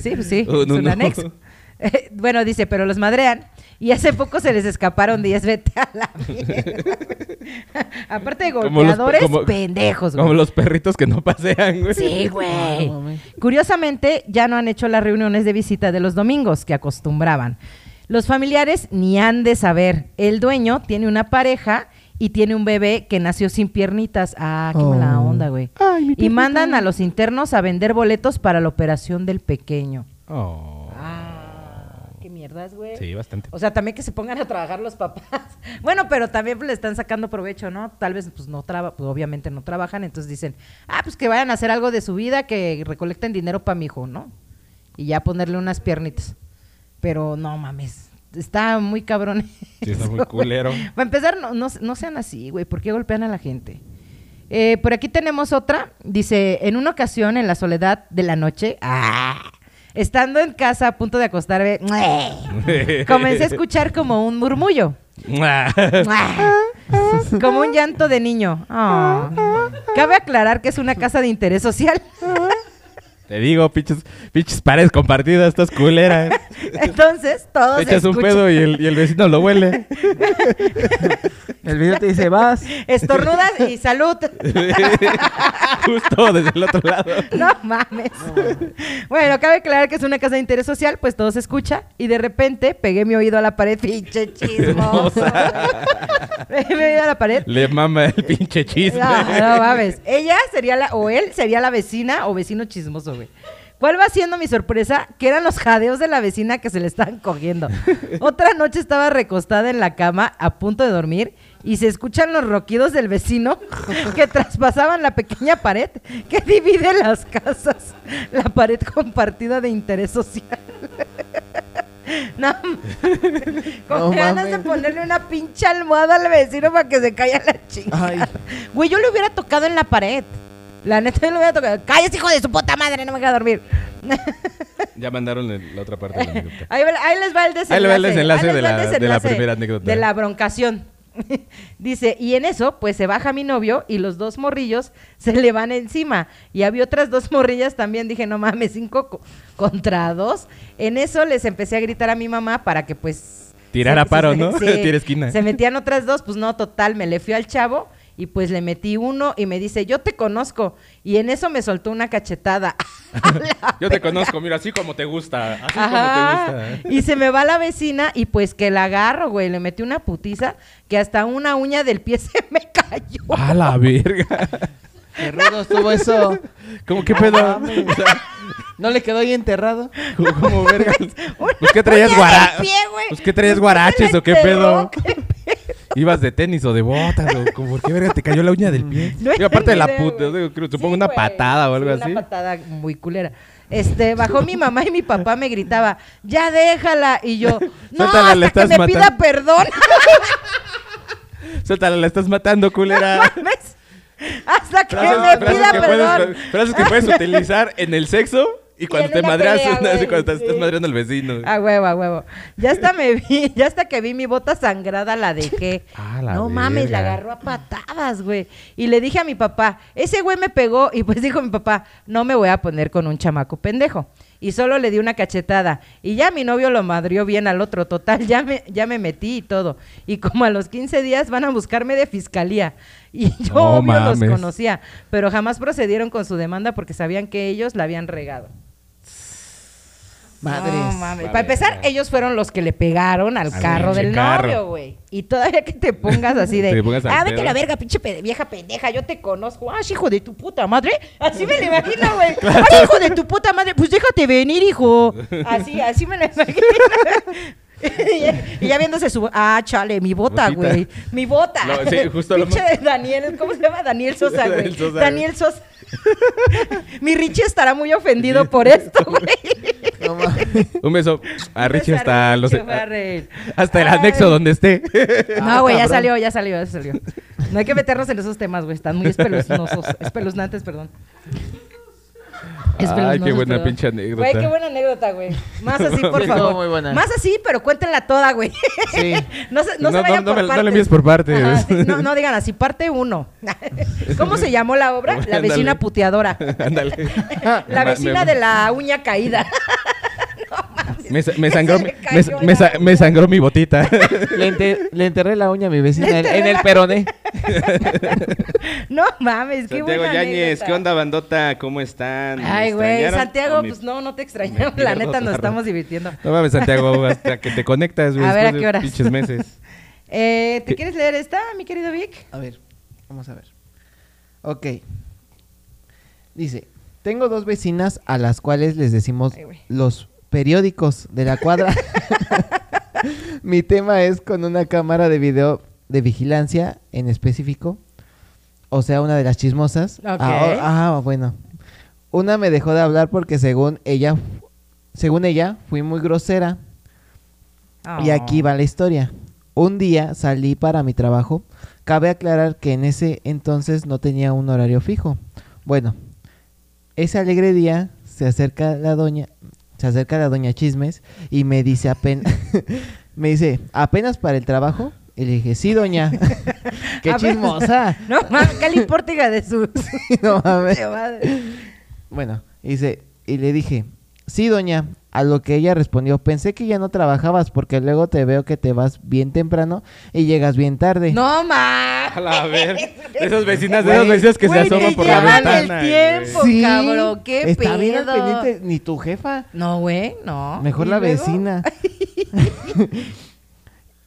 S2: Sí, pues sí,
S1: Oh,
S2: es
S1: no,
S2: un
S1: no.
S2: anexo. Eh, bueno, dice, pero los madrean. Y hace poco se les escaparon 10, vete a la mierda. Aparte de
S1: Como los pe-
S2: golpeadores,
S1: como-
S2: pendejos, güey.
S1: Como los perritos que no pasean, güey.
S2: Sí, güey.
S3: No, Ah, mames.
S2: Curiosamente, ya no han hecho las reuniones de visita de los domingos que acostumbraban. Los familiares ni han de saber. El dueño tiene una pareja y tiene un bebé que nació sin piernitas. Ah, qué mala
S3: Oh.
S2: onda, güey. Y mandan a los internos a vender boletos para la operación del pequeño.
S1: Oh.
S2: Ah, qué mierda. ¿verdad, güey?
S1: Sí, bastante.
S2: O sea, también que se pongan a trabajar los papás. Bueno, pero también pues, le están sacando provecho, ¿no? Tal vez, pues, no traba, pues, obviamente no trabajan, entonces dicen, ah, pues que vayan a hacer algo de su vida, que recolecten dinero para mi hijo, ¿no? Y ya ponerle unas piernitas. Pero no mames, está muy cabrón.
S1: Sí, está muy
S2: eso, güey.
S1: culero.
S2: Para empezar, no, no, no sean así, güey, ¿por qué golpean a la gente? Eh, por aquí tenemos otra. Dice, en una ocasión, en la soledad de la noche, ¡ah! estando en casa a punto de acostarme, comencé a escuchar como un murmullo,
S1: Ah.
S2: como un llanto de niño. Ah. Cabe aclarar que es una casa de interés social.
S1: Te digo, pinches, pinches pares compartidas, estas culeras.
S2: Entonces, todos
S1: Te echas un
S2: escuchan-
S1: pedo y el, y el vecino lo huele.
S3: El video te dice, vas.
S2: Estornudas y salud.
S1: Justo desde el otro lado.
S2: No mames. Bueno, cabe aclarar que es una casa de interés social, pues todo se escucha. Y de repente pegué mi oído a la pared. Pinche chismoso. Pegué mi oído a la pared.
S1: Le mama el pinche chisme.
S2: No, no mames. Ella sería la, o él sería la vecina o vecino chismoso, güey. ¿Cuál va siendo mi sorpresa? Que eran los jadeos de la vecina que se le estaban cogiendo. Otra noche estaba recostada en la cama a punto de dormir y se escuchan los roquidos del vecino que traspasaban la pequeña pared que divide las casas, la pared compartida de interés social. No, mames. con
S3: No
S2: ganas de
S3: mames.
S2: ponerle una pinche almohada al vecino para que se caiga la chingada.
S3: Ay,
S2: Güey, yo le hubiera tocado en la pared. La neta, yo le hubiera tocado. ¡Cállese, hijo de su puta madre! No me voy a dormir.
S1: Ya mandaron el- la otra parte de la anécdota.
S2: Ahí, va- ahí les va el desenlace.
S1: Ahí le va el desenlace
S2: Ahí les
S1: de
S2: va el
S1: la- de la
S2: desenlace
S1: primera anécdota.
S2: De la broncación. Dice, y en eso, pues se baja mi novio y los dos morrillos se le van encima. Y había otras dos morrillas también. Dije, no mames, cinco co- contra dos. En eso les empecé a gritar a mi mamá para que, pues.
S1: Tirar a paro, ¿no?
S2: sí.
S1: Tira esquina.
S2: Se metían otras dos, pues no, total, me le fui al chavo y pues le metí uno y me dice, yo te conozco. Y en eso me soltó una cachetada.
S1: Yo te conozco, mira, así como te gusta. Así como te
S2: Ajá.
S1: gusta. ¿eh?
S2: Y se me va la vecina y pues que la agarro, güey. Le metí una putiza que hasta una uña del pie se me cayó.
S1: A la verga.
S3: qué rudo estuvo eso.
S1: ¿Cómo qué pedo?
S3: mames.
S1: O sea,
S3: ¿No le quedó ahí enterrado?
S1: ¿Cómo, cómo verga?
S2: Una
S1: Pues qué traías
S2: uña
S1: guara-
S2: del pie, güey.
S1: Pues qué traías
S2: Pues,
S1: guaraches
S2: me
S1: o qué
S2: enterró,
S1: pedo. ¿Ibas de tenis o de botas o como por qué verga te cayó la uña del pie?
S2: No
S1: Digo, aparte de la
S2: tengo idea,
S1: puta,
S2: güey.
S1: digo, creo-
S2: Sí,
S1: supongo una
S2: güey.
S1: patada o algo
S2: Sí,
S1: así.
S2: Una patada muy culera. Este, bajó mi mamá y mi papá me gritaba, ya déjala. Y yo, no,
S1: Suéltala,
S2: hasta
S1: la
S2: que
S1: estás
S2: me
S1: matando".
S2: pida perdón.
S1: Suéltala, la estás matando, culera.
S2: ¿Ves? Hasta que
S1: Frases,
S2: me
S1: frases
S2: pida
S1: que
S2: perdón.
S1: puedes, frases que puedes utilizar en el sexo y cuando
S2: en
S1: te
S2: una
S1: madreas,
S2: pelea,
S1: una-
S2: güey,
S1: cuando te
S2: sí. Ah.
S1: estás madreando al vecino.
S2: A huevo, a huevo. Ya hasta me vi, ya hasta que vi mi bota sangrada la dejé.
S1: Ah, la
S2: no mames, la
S1: verga.
S2: agarró a patadas, güey. Y le dije a mi papá, ese güey me pegó y pues dijo mi papá, no me voy a poner con un chamaco pendejo. Y solo le di una cachetada. Y ya mi novio lo madrió bien al otro. Total, ya me, ya me metí y todo. Y como a los 15 días van a buscarme de fiscalía. Y yo
S1: No
S2: obvio los
S1: mames.
S2: conocía. Pero jamás procedieron con su demanda porque sabían que ellos la habían regado.
S3: Madres.
S2: No mames. Para empezar, ellos fueron los que le pegaron al
S1: Al
S2: carro
S1: pinche
S2: del
S1: carro.
S2: novio, güey. Y todavía que te pongas así de.
S1: Te pongas al
S2: ah, vete a
S1: pedo".
S2: la verga, pinche pe- vieja pendeja, yo te conozco. Ah, hijo de tu puta madre. Así me lo imagino, güey. Ay, hijo de tu puta madre. Pues déjate venir, hijo. Así, así me lo imagino. y, ya, y ya viéndose su. Ah, chale, mi bota,
S1: Botita.
S2: güey. Mi bota.
S1: Lo- sí, justo lo
S2: Pinche
S1: más-
S2: Daniel, ¿cómo se llama? Daniel Sosa,
S1: Daniel
S2: güey.
S1: Sosa,
S2: Daniel Sosa. mi Richie estará muy ofendido por esto, güey.
S3: No mames.
S1: Un beso a Richie
S2: Richie
S1: hasta los e-,
S2: Farrell.
S1: hasta el
S2: Ay.
S1: anexo donde esté.
S2: No, güey, ya
S3: cabrón.
S2: salió, ya salió, ya salió. No hay que meternos en esos temas, güey. Están muy espeluznazos, espeluznantes, perdón.
S1: Ay, qué
S2: Espeluznazos,
S1: buena
S2: perdón.
S1: pinche anécdota.
S2: Güey, qué buena anécdota, güey. Más así, por
S3: Estuvo
S2: favor.
S3: muy buena.
S2: Más así, pero cuéntenla toda, güey.
S3: Sí.
S2: No se, no
S1: No,
S2: se
S1: no,
S2: vayan
S1: no
S2: por
S1: me- no le
S2: partes.
S1: envíes por partes.
S2: Ajá, sí, no, no digan así, parte uno. ¿Cómo se llamó la obra? La
S1: Ándale.
S2: vecina puteadora.
S1: Ándale. Ah,
S2: La
S1: Me-
S2: vecina
S1: me-
S2: de la uña caída.
S1: Me, sa- me
S2: Se
S1: sangró,
S2: le
S1: mi-
S2: cayó
S1: me, sa-
S2: la
S1: me sa- me
S2: uña.
S1: sangró mi botita.
S3: Le, enter- le enterré la uña a mi vecina
S2: Le
S3: en- en
S2: enterré
S3: el
S2: la-
S3: peroné.
S2: No mames, qué buena anécdota.
S1: bandota? ¿Cómo están?
S2: Ay, güey, Santiago, pues no, no te extrañamos.
S1: me
S2: La
S1: pierdo
S2: neta,
S1: otra
S2: nos estamos
S1: ronda.
S2: divirtiendo.
S1: No mames, Santiago, hasta que te conectas, güey.
S2: A ver, ¿a
S1: después de
S2: qué horas?
S1: Pinches meses.
S2: Eh, ¿Te
S1: ¿Qué?
S2: quieres leer esta, mi querido Vic?
S3: A ver, vamos a ver. Ok. Dice, tengo dos vecinas a las cuales les decimos
S2: Ay, güey.
S3: los periódicos de la cuadra. Mi tema es con una cámara de video de vigilancia en específico. O sea, una de las chismosas.
S2: Ok.
S3: Ah, ah, bueno. Una me dejó de hablar porque según ella, según ella, fui muy grosera. Y aquí
S2: Oh.
S3: va la historia. Un día salí para mi trabajo. Cabe aclarar que en ese entonces no tenía un horario fijo. Bueno, ese alegre día se acerca la doña, se acerca la doña Chismes y me dice apenas, me dice, ¿apenas para el trabajo? Y le dije, sí, doña. ¡Qué
S2: Apenas-
S3: chismosa!
S2: Ah, pues, No, mames, ¿qué le importa hija de su...
S3: No mames.
S2: de madre?
S3: Bueno, dice, y le dije, sí, doña. A lo que ella respondió, pensé que ya no trabajabas porque luego te veo que te vas bien temprano y llegas bien tarde.
S2: No, mames.
S1: A ver, esas vecinas, de
S3: Güey,
S1: esas vecinas que se
S2: güey,
S1: asoman
S2: te
S1: por la
S2: llevan el
S1: ventana.
S2: tiempo.
S1: güey.
S2: po, cabrón, qué
S3: está bien al
S2: pedo.
S3: pendiente, ni tu jefa.
S2: No, güey, no.
S3: Mejor
S2: ¿Y
S3: la
S2: luego?
S3: vecina.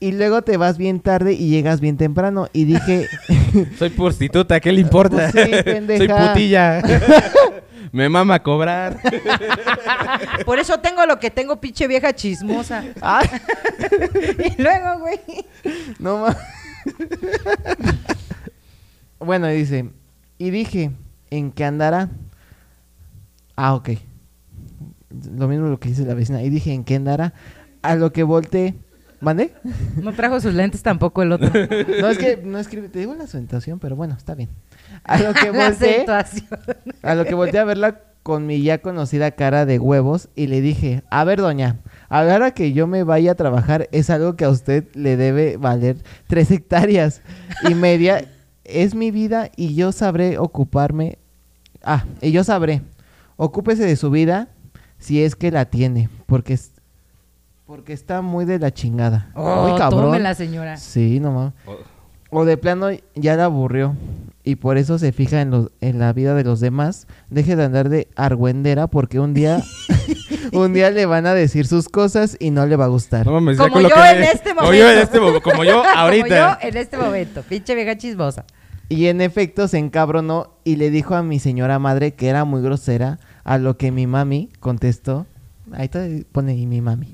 S3: y luego te vas bien tarde y llegas bien temprano. Y dije,
S1: Soy prostituta, ¿qué le importa?
S3: Pues sí, pendeja.
S1: Soy putilla. Me mama cobrar.
S2: Ah, Por eso tengo lo que tengo, pinche vieja chismosa.
S3: ah,
S2: y luego, güey.
S3: no más. bueno, dice, y dije, ¿en qué andará? Ah, ok. Lo mismo lo que dice la vecina. Y dije, ¿en qué andará? A lo que volteé. ¿Mande?
S2: No trajo sus lentes tampoco el otro.
S3: No es que no escribe, te digo la acentuación, pero bueno, está bien. A lo que
S2: La
S3: volteé.
S2: acentuación.
S3: A lo que volteé a verla con mi ya conocida cara de huevos y le dije, a ver doña, hablar a que yo me vaya a trabajar es algo que a usted le debe valer tres hectáreas y media. Es mi vida y yo sabré ocuparme. Ah, y yo sabré. Ocúpese de su vida si es que la tiene, porque es- porque está muy de la chingada.
S2: Oh,
S3: Ay, cabrón.
S2: tómela, señora.
S3: Sí, no mames. O de plano ya la aburrió y por eso se fija en, los, en la vida de los demás. Deje de andar de argüendera porque un día, un día le van a decir sus cosas y no le va a gustar.
S1: No mames, ya
S2: Como
S1: con lo
S2: yo
S1: que-
S2: en este momento.
S1: Como yo en este momento. Como yo ahorita.
S2: Como yo en este momento. Pinche vieja chismosa.
S3: Y en efecto se encabronó y le dijo a mi señora madre que era muy grosera, a lo que mi mami contestó. Ahí te pone y mi mami.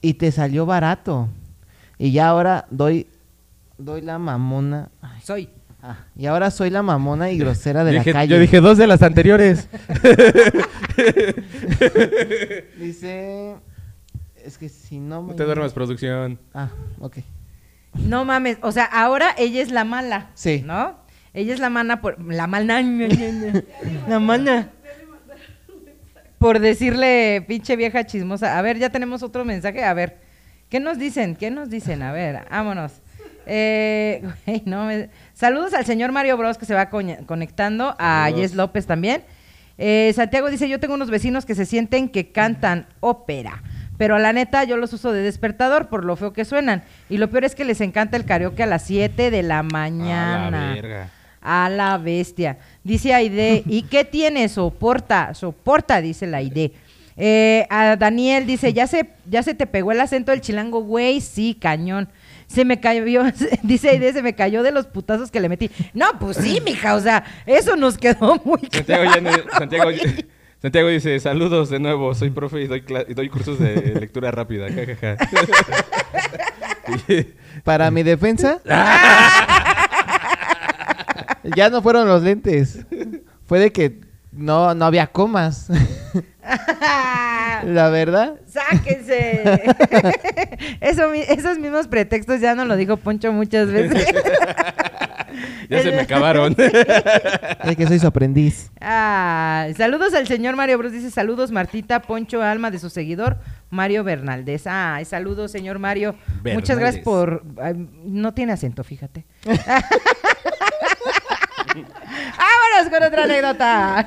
S3: y te salió barato. Y ya ahora doy, doy la mamona.
S2: Soy.
S3: Ah, y ahora soy la mamona y grosera de
S1: Dije-
S3: la calle.
S1: yo dije dos de las anteriores.
S3: Dice. Es que si no.
S1: No
S3: me-
S1: te duermas, producción.
S3: Ah, ok.
S2: No mames. O sea, ahora ella es la mala.
S3: Sí.
S2: ¿No? Ella es la mana por. La mala. La mana. Por decirle, pinche vieja chismosa. A ver, ya tenemos otro mensaje. A ver. ¿Qué nos dicen? ¿Qué nos dicen? A ver, vámonos. Eh, güey, no me- Saludos al señor Mario Bros que se va coña- conectando. A Jess López también. Eh, Santiago dice, yo tengo unos vecinos que se sienten que cantan ópera, pero la neta yo los uso de despertador por lo feo que suenan. Y lo peor es que les encanta el karaoke a las 7 de la mañana.
S1: verga.
S2: A la bestia. Dice Aide, ¿y qué tiene? Soporta, soporta, dice la Aide. Eh, a Daniel dice, ya se, ya se te pegó el acento del chilango, güey, sí, cañón. Se me cayó, dice Aide, se me cayó de los putazos que le metí. No, pues sí, mija, o sea, eso nos quedó muy
S1: Santiago,
S2: claro.
S1: ya no- Santiago,
S2: güey.
S1: Santiago dice, saludos de nuevo, soy profe y doy, cla- y doy cursos de lectura rápida. Ja, ja, ja.
S3: Para mi defensa. ya no fueron los lentes. Fue de que no, no había comas.
S2: Ah.
S3: la verdad.
S2: ¡Sáquense! Eso, mi- esos mismos pretextos ya nos lo dijo Poncho muchas veces.
S1: ya se me acabaron.
S3: Es que soy su aprendiz.
S2: Ah, saludos al señor Mario Bros. Dice saludos Martita Poncho Alma de su seguidor Mario Bernaldez. Ay, saludos señor Mario. Muchas
S1: Bernaldez.
S2: gracias por... ay, no tiene acento, fíjate. Vámonos con otra anécdota.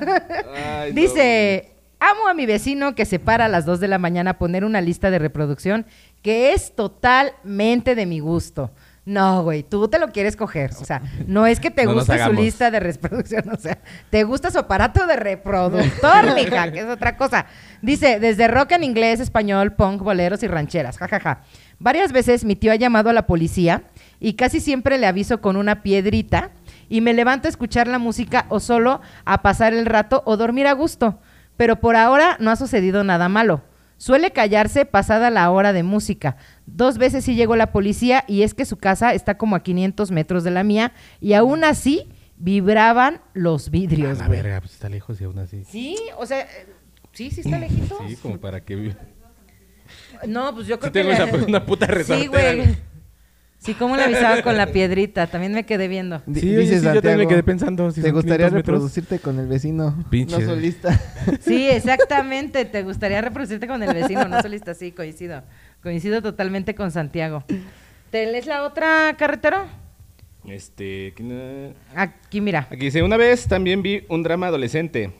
S1: Ay, no.
S2: Dice, amo a mi vecino que se para a las 2 de la mañana a poner una lista de reproducción que es totalmente de mi gusto. No, güey, tú te lo quieres coger. O sea, no es que te
S1: No nos
S2: guste su
S1: hagamos.
S2: lista de reproducción, o sea, te gusta su aparato de reproductor, mija, que es otra cosa. Dice, desde rock en inglés, español, punk, boleros y rancheras, jajaja. Varias veces mi tío ha llamado a la policía y casi siempre le aviso con una piedrita y me levanto a escuchar la música o solo a pasar el rato o dormir a gusto. Pero por ahora no ha sucedido nada malo. Suele callarse pasada la hora de música. Dos veces sí llegó la policía y es que su casa está como a 500 metros de la mía y aún así vibraban los vidrios.
S1: A la
S2: güey.
S1: verga, pues está lejos y aún así.
S2: Sí, o sea, eh, sí, sí está lejitos.
S1: Sí, como para que... vi-
S2: No, pues yo creo
S1: Sí tengo
S2: que...
S1: esa- una puta
S2: Sí,
S1: resortera.
S2: güey. Sí, ¿cómo le avisaba con la piedrita? También me quedé viendo.
S3: Di-
S1: Sí, oye, sí, yo también
S3: Santiago,
S1: me quedé pensando, si
S3: ¿Te
S1: son
S3: gustaría
S1: 500 metros?
S3: reproducirte con el vecino?
S1: Pinche.
S3: No solista.
S2: Sí, exactamente. Te gustaría reproducirte con el vecino, no solista. Sí, coincido. Coincido totalmente con Santiago. ¿Te lees la otra, carretero?
S1: Este... que no-
S2: Aquí, mira.
S1: Aquí dice, una vez también vi un drama adolescente.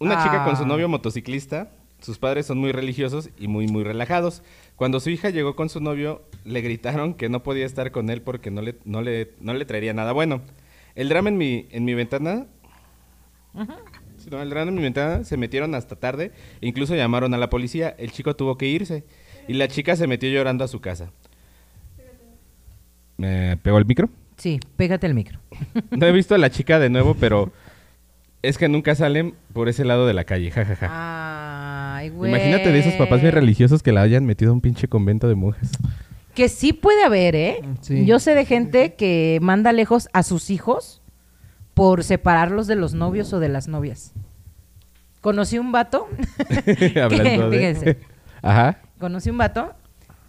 S1: Una chica con su
S2: Ah.
S1: novio motociclista. Sus padres son muy religiosos y muy, muy relajados. Cuando su hija llegó con su novio, le gritaron que no podía estar con él porque no le, no le, no le traería nada bueno. El drama en mi, en mi ventana... Sí, no, el drama en mi ventana se metieron hasta tarde e incluso llamaron a la policía. El chico tuvo que irse y la chica se metió llorando a su casa. ¿Me pegó el micro?
S2: Sí, pégate el micro.
S1: No he visto a la chica de nuevo, pero es que nunca salen por ese lado de la calle, jajaja.
S2: Ay, Ah, güey.
S1: Imagínate de esos papás bien religiosos que la hayan metido a un pinche convento de monjas.
S2: Que sí puede haber, ¿eh?
S3: Sí.
S2: Yo sé de gente que manda lejos a sus hijos por separarlos de los novios o de las novias. Conocí un vato.
S1: Hablando de...
S2: Fíjense.
S1: Ajá.
S2: conocí un vato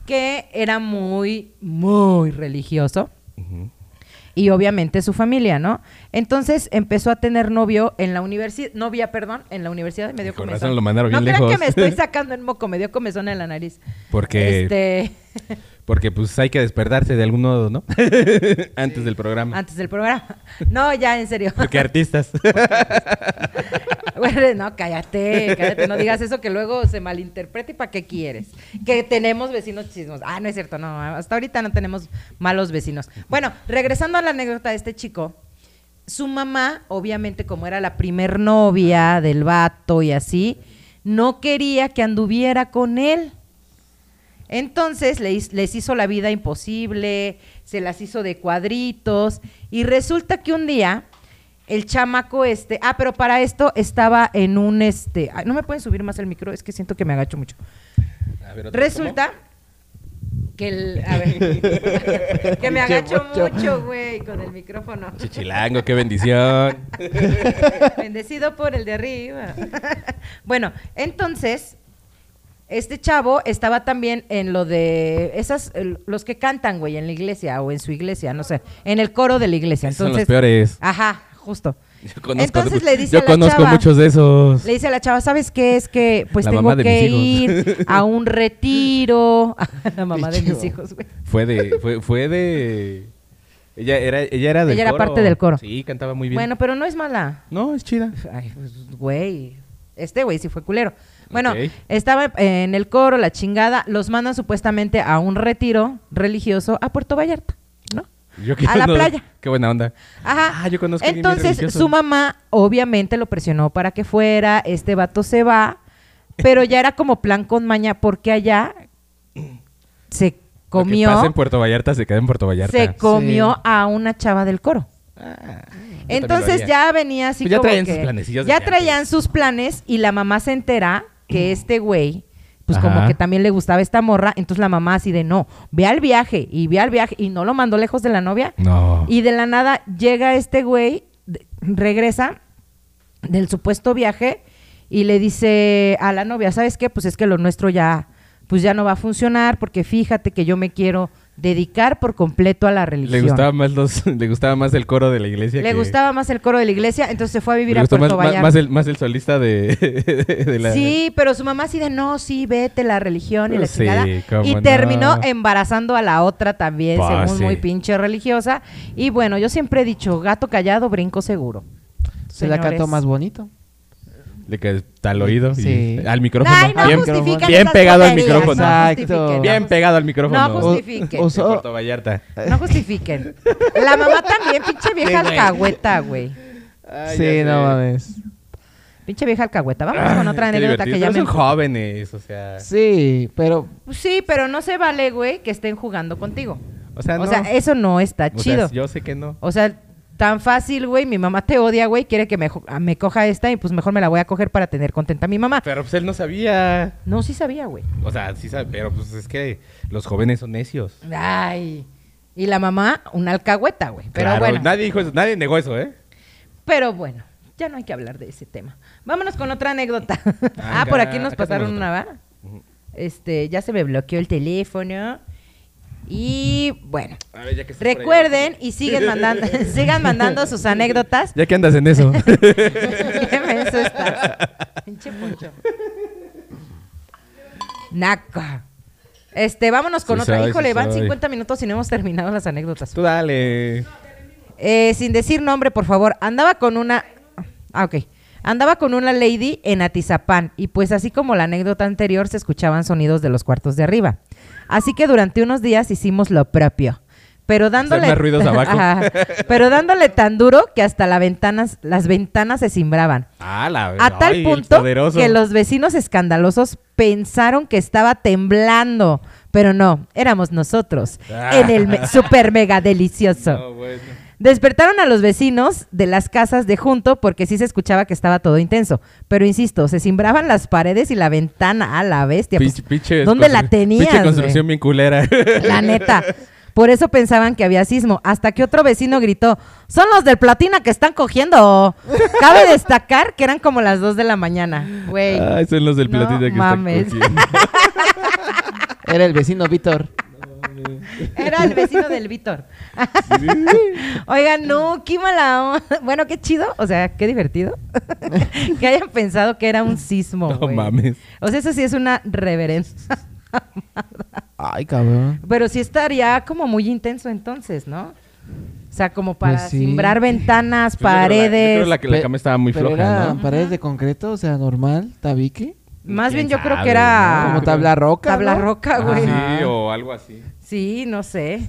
S2: que era muy, muy religioso.
S1: Ujú.
S2: Y obviamente su familia, ¿no? Entonces empezó a tener novio en la universidad, novia, perdón, en la universidad y me dio
S1: Con
S2: comezón.
S1: razón lo mandaron
S2: no
S1: bien
S2: crean que
S1: lejos.
S2: me estoy sacando el moco, me dio comezón en la nariz.
S1: Porque-
S2: Este,
S1: Porque pues hay que despertarse de algún modo, ¿no? Antes del programa.
S2: antes del programa. No, ya, en serio.
S1: Porque artistas.
S2: Bueno, no, cállate, cállate, no digas eso que luego se malinterprete y para qué quieres. Que tenemos vecinos chismos. Ah, no es cierto, no, hasta ahorita no tenemos malos vecinos. Bueno, regresando a la anécdota de este chico, su mamá, obviamente como era la primer novia del vato y así, no quería que anduviera con él. Entonces le his- les hizo la vida imposible, se las hizo de cuadritos y resulta que un día el chamaco este, ah, pero para esto estaba en un este, ay, no me pueden subir más el micro, es que siento que me agacho mucho.
S1: A ver, otra vez,
S2: Resulta que el, a ver, que me agacho mucho, güey, con el micrófono.
S1: ¿cómo? Chichilango, qué bendición.
S2: Bendecido por el de arriba. bueno, entonces, este chavo estaba también en lo de esas, el- los que cantan, güey, en la iglesia o en su iglesia, no sé, en el coro de la iglesia.
S1: Esos son
S2: Entonces,
S1: los peores.
S2: Ajá, justo.
S1: Yo conozco,
S2: Entonces le dice
S1: yo
S2: a la
S1: conozco
S2: chava-
S1: muchos de esos.
S2: Le dice a la chava, ¿sabes qué? Es que pues
S1: La
S2: tengo
S1: mamá de
S2: que
S1: mis hijos.
S2: ir a un retiro. Ah, la mamá de mis
S3: Dicho.
S2: hijos, güey.
S1: Fue de, fue, fue de. Ella era, ella era del
S2: Ella era
S1: coro.
S2: parte del coro.
S1: Sí, cantaba muy bien.
S2: Bueno, pero no es mala.
S1: no, es chida.
S2: Ay, pues, güey. Este güey sí fue culero. Bueno,
S1: Ok.
S2: estaba en el coro, la chingada. Los mandan supuestamente a un retiro religioso a Puerto Vallarta, ¿no?
S1: Yo que
S2: A la
S1: no-
S2: playa.
S1: Qué buena onda.
S2: Ajá.
S1: Ah, yo conozco a alguien bien
S2: Entonces,
S1: religioso.
S2: su mamá obviamente lo presionó para que fuera. Este vato se va. Pero ya era como plan con maña, porque allá se comió.
S1: Lo que pasa en Puerto Vallarta se queda en Puerto Vallarta.
S2: se comió
S3: Sí.
S2: a una chava del coro.
S1: también lo
S2: Entonces
S1: haría.
S2: ya venía así
S1: Pues ya
S2: como
S1: traían
S2: que-
S1: sus planecillos
S2: Ya
S1: desde
S2: traían
S1: antes. Mm.
S2: sus planes y la mamá se entera que este güey, pues como
S1: Ajá.
S2: que también le gustaba esta morra. Entonces la mamá así de no, ve al viaje y ve al viaje y no lo mandó lejos de la novia.
S1: No.
S2: Y de la nada llega este güey, de- regresa del supuesto viaje y le dice a la novia, ¿sabes qué? Pues es que lo nuestro ya, pues ya no va a funcionar porque fíjate que yo me quiero dedicar por completo a la religión.
S1: le gustaba más los, le gustaba más el coro de la iglesia.
S2: Le
S1: que-
S2: gustaba más el coro de la iglesia, entonces se fue a vivir
S1: le
S2: a
S1: gustó
S2: Puerto
S1: más,
S2: Vallarta.
S1: más, más el, más el solista de, de la.
S2: Sí, pero su mamá sí de no, sí, vete la religión y la
S1: Sí,
S2: chingada.
S1: cómo
S2: Y
S1: no.
S2: terminó embarazando a la otra también,
S1: Pues,
S2: según
S1: sí.
S2: muy pinche religiosa. Y bueno, yo siempre he dicho, gato callado, brinco seguro.
S3: Se la cantó
S2: Señores.
S3: más bonito.
S1: De que está al oído. y-
S3: Sí.
S1: al micrófono.
S2: Ay, no
S1: bien,
S2: justifiquen
S1: bien
S2: esas
S1: pegado al
S2: tonterías,
S1: micrófono.
S2: no
S3: Exacto.
S2: justifiquen,
S1: bien
S2: no
S1: pegado al micrófono.
S2: No,
S1: de
S2: justi- Justifiquen.
S3: O- usó-
S1: Puerto Vallarta.
S2: justi- No justifiquen. La mamá también, pinche vieja
S1: Sí, güey.
S2: alcahueta, güey.
S1: Ay,
S3: sí,
S1: Ah, ya
S3: no
S1: sé.
S3: mames.
S2: Pinche vieja alcahueta. Vamos con otra
S1: Qué
S2: anécdota
S1: divertido.
S2: que ya
S1: Pero
S2: me...
S1: son jóvenes, o sea.
S3: Sí, pero
S2: Sí, pero no se vale, güey, que estén jugando contigo.
S1: O sea,
S2: o
S1: no.
S2: sea, eso no está
S1: O sea,
S2: chido.
S1: yo sé que no.
S2: O sea, Tan fácil, güey. Mi mamá te odia, güey. Quiere que me, jo- ah, me coja esta y pues mejor me la voy a coger para tener contenta a mi mamá.
S1: Pero pues él no sabía.
S2: No, sí sabía, güey.
S1: O sea, sí sabe, pero pues es que los jóvenes son necios.
S2: Ay. Y la mamá, una alcahueta, güey. Pero
S1: claro,
S2: bueno.
S1: nadie dijo eso, nadie negó eso, ¿eh?
S2: Pero bueno, ya no hay que hablar de ese tema. Vámonos con otra anécdota.
S1: Ah,
S2: Ah, por
S1: acá-
S2: aquí nos
S1: acá
S2: pasaron
S1: tenemos
S2: una, ¿va? Este, ya se me bloqueó el teléfono. Y bueno,
S1: A ver, ya que estás por ahí,
S2: recuerden y siguen mandando, sigan mandando sus anécdotas.
S1: Ya que andas en eso.
S2: Qué menso estás. Pinche poncho. Naco. Este, vámonos con
S1: Sí
S2: otra.
S1: soy,
S2: Híjole,
S1: sí
S2: van
S1: soy.
S2: 50 minutos y no hemos terminado las anécdotas.
S1: Tú dale.
S2: Eh, sin decir nombre, por favor. Andaba con una. Ah, ok. Andaba con una lady en Atizapán y pues así como la anécdota anterior se escuchaban sonidos de los cuartos de arriba. Así que durante unos días hicimos lo propio. Pero dándole,
S1: más ruidos abajo.
S2: Ajá. pero dándole tan duro que hasta la ventanas, las ventanas se cimbraban.
S1: Ah, la
S2: A tal
S1: ay, el
S2: punto
S1: poderoso.
S2: que los vecinos escandalosos pensaron que estaba temblando, pero no, éramos nosotros en el me- super mega delicioso.
S1: Ah. No, bueno.
S2: Despertaron a los vecinos de las casas de junto porque sí se escuchaba que estaba todo intenso. Pero insisto, se cimbraban las paredes y la ventana a la bestia. pues,
S1: Pinche- pinche
S2: ¿Dónde
S1: constru-
S2: la tenías?
S1: Pinche
S2: güey?
S1: construcción bien culera.
S2: La neta. Por eso pensaban que había sismo, hasta que otro vecino gritó, son los del Platina que están cogiendo. Cabe destacar que eran como las 2 de la mañana. Güey.
S1: Ay, son los del
S2: No
S1: platito que están
S2: mames.
S1: cogiendo. Pues,
S3: Era el vecino Víctor.
S2: Era el vecino del Víctor. Oigan, no, qué mala onda. Bueno, qué chido, o sea, qué divertido que hayan pensado que era un sismo.
S1: No
S2: güey.
S1: mames.
S2: O sea, eso sí es una reverencia.
S3: Ay, cabrón.
S2: Pero sí estaría como muy intenso entonces, ¿no? O sea, como para
S3: Pues sí.
S2: cimbrar ventanas,
S1: Pues yo creo la- yo creo
S2: paredes.
S1: la, que la
S3: Pe-
S1: cama estaba muy
S3: pero
S1: floja,
S3: era
S1: ¿no?
S3: paredes de concreto, o sea, normal, tabique.
S2: Más
S1: ¿Quién
S2: bien yo creo
S1: sabe,
S2: que era
S1: no?
S3: Como tabla roca,
S2: Tabla
S3: ¿no?
S2: roca,
S1: Ah,
S2: güey.
S1: sí, o algo así.
S2: Sí, no sé.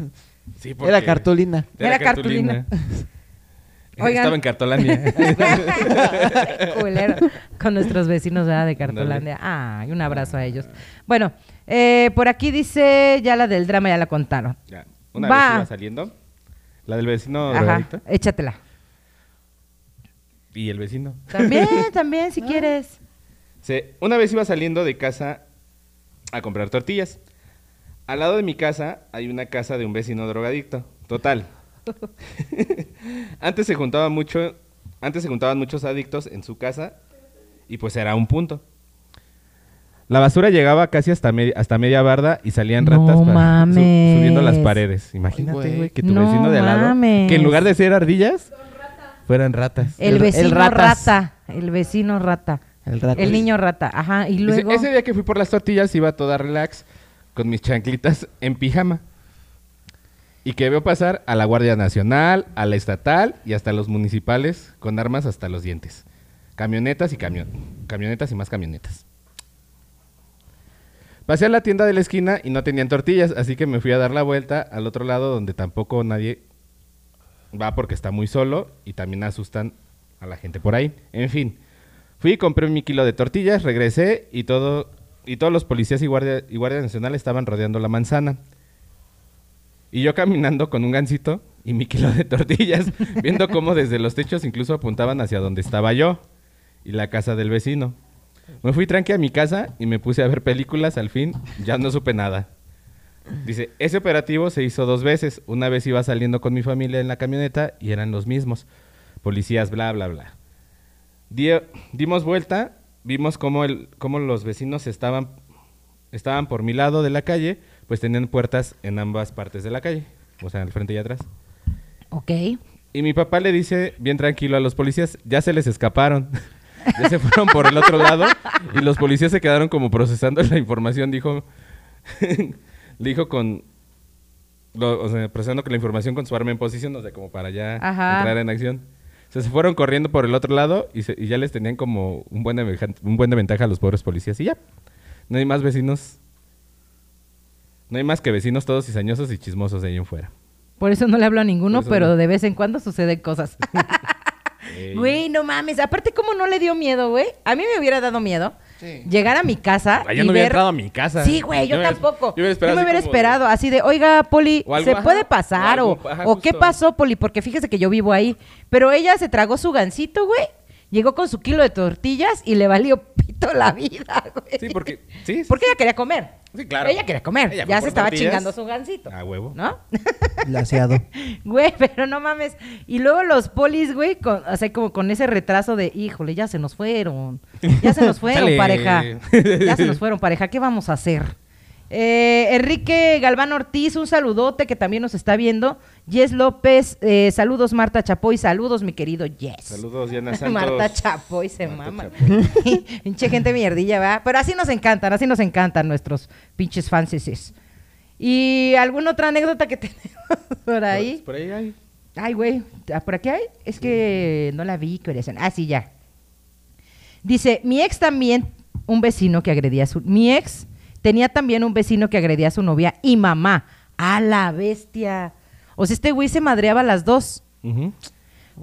S1: Sí,
S3: Era
S1: porque-
S3: cartulina.
S2: Era cartulina. Oigan.
S1: Estaba en Cartolandia.
S2: Culero. Con nuestros vecinos ¿verdad? de Cartolandia. Ay, un abrazo a ellos. Bueno, eh, por aquí dice, ya la del drama ya la contaron.
S1: Ya, Una
S2: Va.
S1: vez iba saliendo, la del vecino
S2: Ajá,
S1: drogadicto
S2: échatela.
S1: y el vecino.
S2: También, también,
S1: Ah.
S2: si quieres.
S1: Se- una vez iba saliendo de casa a comprar tortillas. Al lado de mi casa hay una casa de un vecino drogadicto. Total. antes se juntaba mucho, antes se juntaban muchos adictos en su casa y pues era un punto. La basura llegaba casi hasta, me- hasta media barda y salían
S2: No
S1: ratas para- su-
S2: mames.
S1: subiendo las paredes. Imagínate,
S3: güey.
S1: güey, que tu
S2: No
S1: vecino de al lado,
S2: mames.
S1: que en lugar de ser ardillas, fueran ratas.
S2: El
S3: El- el
S2: vecino
S3: ratas.
S2: rata. El vecino rata.
S3: El rato.
S2: El niño rata. Ajá, y
S1: Dice,
S2: luego...
S1: ese día que fui por las tortillas iba toda relax con mis chanclitas en pijama. Y que veo pasar a la Guardia Nacional, a la estatal y hasta los municipales con armas hasta los dientes. Camionetas y camión, camionetas y más camionetas. Pasé a la tienda de la esquina y no tenían tortillas, así que me fui a dar la vuelta al otro lado donde tampoco nadie va porque está muy solo y también asustan a la gente por ahí. En fin, fui, compré mi kilo de tortillas, regresé y todo y todos los policías y guardia, y guardia nacional estaban rodeando la manzana. Y yo caminando con un gancito y mi kilo de tortillas, viendo cómo desde los techos incluso apuntaban hacia donde estaba yo y la casa del vecino. Me fui tranqui a mi casa y me puse a ver películas, al fin ya no supe nada. Dice, ese operativo se hizo dos veces. Una vez iba saliendo con mi familia en la camioneta y eran los mismos. Policías, bla, bla, bla. Di- dimos vuelta, vimos cómo, el, cómo los vecinos estaban, estaban por mi lado de la calle, pues tenían puertas en ambas partes de la calle, o sea, al frente y atrás.
S2: Ok.
S1: Y mi papá le dice bien tranquilo a los policías, ya se les escaparon. ya se fueron por el otro lado y los policías se quedaron como procesando la información, dijo le dijo con lo- o sea, procesando con la información con su arma en posición, o sea, como para ya
S2: Ajá.
S1: entrar en acción. O sea, se fueron corriendo por el otro lado y, se- y ya les tenían como un buen, de vejan- un buen de ventaja a los pobres policías. Y ya, no hay más vecinos. No hay más que vecinos todos cizañosos y chismosos de ahí en fuera.
S2: Por eso no le hablo a ninguno,
S1: Por eso
S2: pero
S1: no.
S2: de vez en cuando suceden cosas.
S1: Ey.
S2: Güey, no mames. Aparte, ¿cómo no le dio miedo, güey? A mí me hubiera dado miedo
S3: Sí.
S2: llegar a mi casa.
S1: Allá
S2: Ah, y
S1: Ah,
S2: ver-
S1: no hubiera entrado a mi casa.
S2: Sí, güey, yo,
S1: me hubiera-
S2: tampoco.
S1: Yo hubiera
S2: Yo
S1: esperado.
S2: me
S1: así
S2: hubiera
S1: como-
S2: esperado así de, oiga, Poli,
S1: O algo,
S2: ¿se
S1: ajá,
S2: puede pasar?
S1: o
S2: O,
S1: algo, ajá,
S2: o qué
S1: justo.
S2: pasó, Poli? Porque fíjese que yo vivo ahí. Pero ella se tragó su gancito, güey. Llegó con su kilo de tortillas y le valió pito la vida, güey.
S1: Sí, porque. Sí, sí,
S2: Porque ella quería comer.
S1: Sí, claro.
S2: Ella quería comer.
S1: Ella fue
S2: ya se
S1: por
S2: estaba
S1: tortillas.
S2: chingando su gancito.
S1: A Ah, huevo.
S2: ¿No?
S3: Laseado.
S2: Güey, pero no mames. Y luego los polis, güey, con, o sea, como con ese retraso de, híjole, ya se nos fueron. Ya se nos fueron,
S1: Chale.
S2: pareja. Ya se nos fueron, pareja. ¿Qué vamos a hacer? Eh, Enrique Galván Ortiz, un saludote que también nos está viendo. Jess López, eh, saludos Marta Chapoy, saludos mi querido Jess.
S1: Saludos, Diana Santos.
S2: Marta Chapoy se
S1: Marta
S2: mama. Pinche gente mierdilla, ¿verdad? Pero así nos encantan, así nos encantan nuestros pinches fanses. ¿Y alguna otra anécdota que tenemos por ahí?
S1: Por ahí hay.
S2: Ay, güey, ¿ah, ¿por aquí hay? Es que no la vi, corazón. Ah, sí, ya. Dice, mi ex también, un vecino que agredía a su... Mi ex tenía también un vecino que agredía a su novia y mamá. ¡A la bestia! O sea, este güey se madreaba a las dos.
S1: Ujú.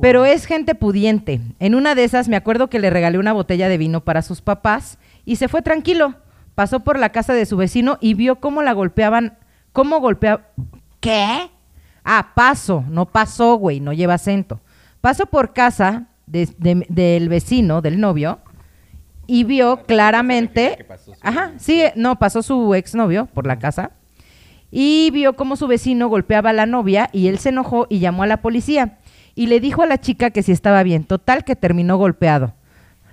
S2: Pero es gente pudiente. En una de esas me acuerdo que le regalé una botella de vino para sus papás y se fue tranquilo. Pasó por la casa de su vecino y vio cómo la golpeaban, cómo golpeaba... ¿Qué? Ah, paso, no pasó, güey, no lleva acento. Paso por casa de- de- del vecino, del novio, y vio claramente...
S1: que pasó su-
S2: Ajá, sí, no, pasó su exnovio por la casa y vio cómo su vecino golpeaba a la novia y él se enojó y llamó a la policía y le dijo a la chica que si estaba bien, total que terminó golpeado.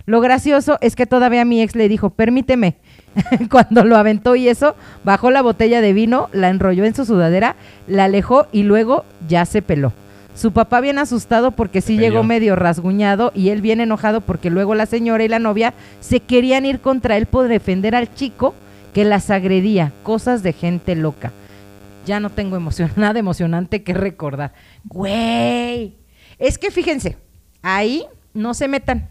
S2: Lo gracioso es que todavía mi ex le dijo, permíteme. Cuando lo aventó y eso, bajó la botella de vino, la enrolló en su sudadera, la alejó y luego ya se peló. Su papá bien asustado porque sí
S1: Se peleó.
S2: llegó medio rasguñado y él bien enojado porque luego la señora y la novia se querían ir contra él por defender al chico que las agredía. Cosas de gente loca. Ya no tengo emoción, nada emocionante que recordar. Güey. Es que fíjense, ahí no se metan.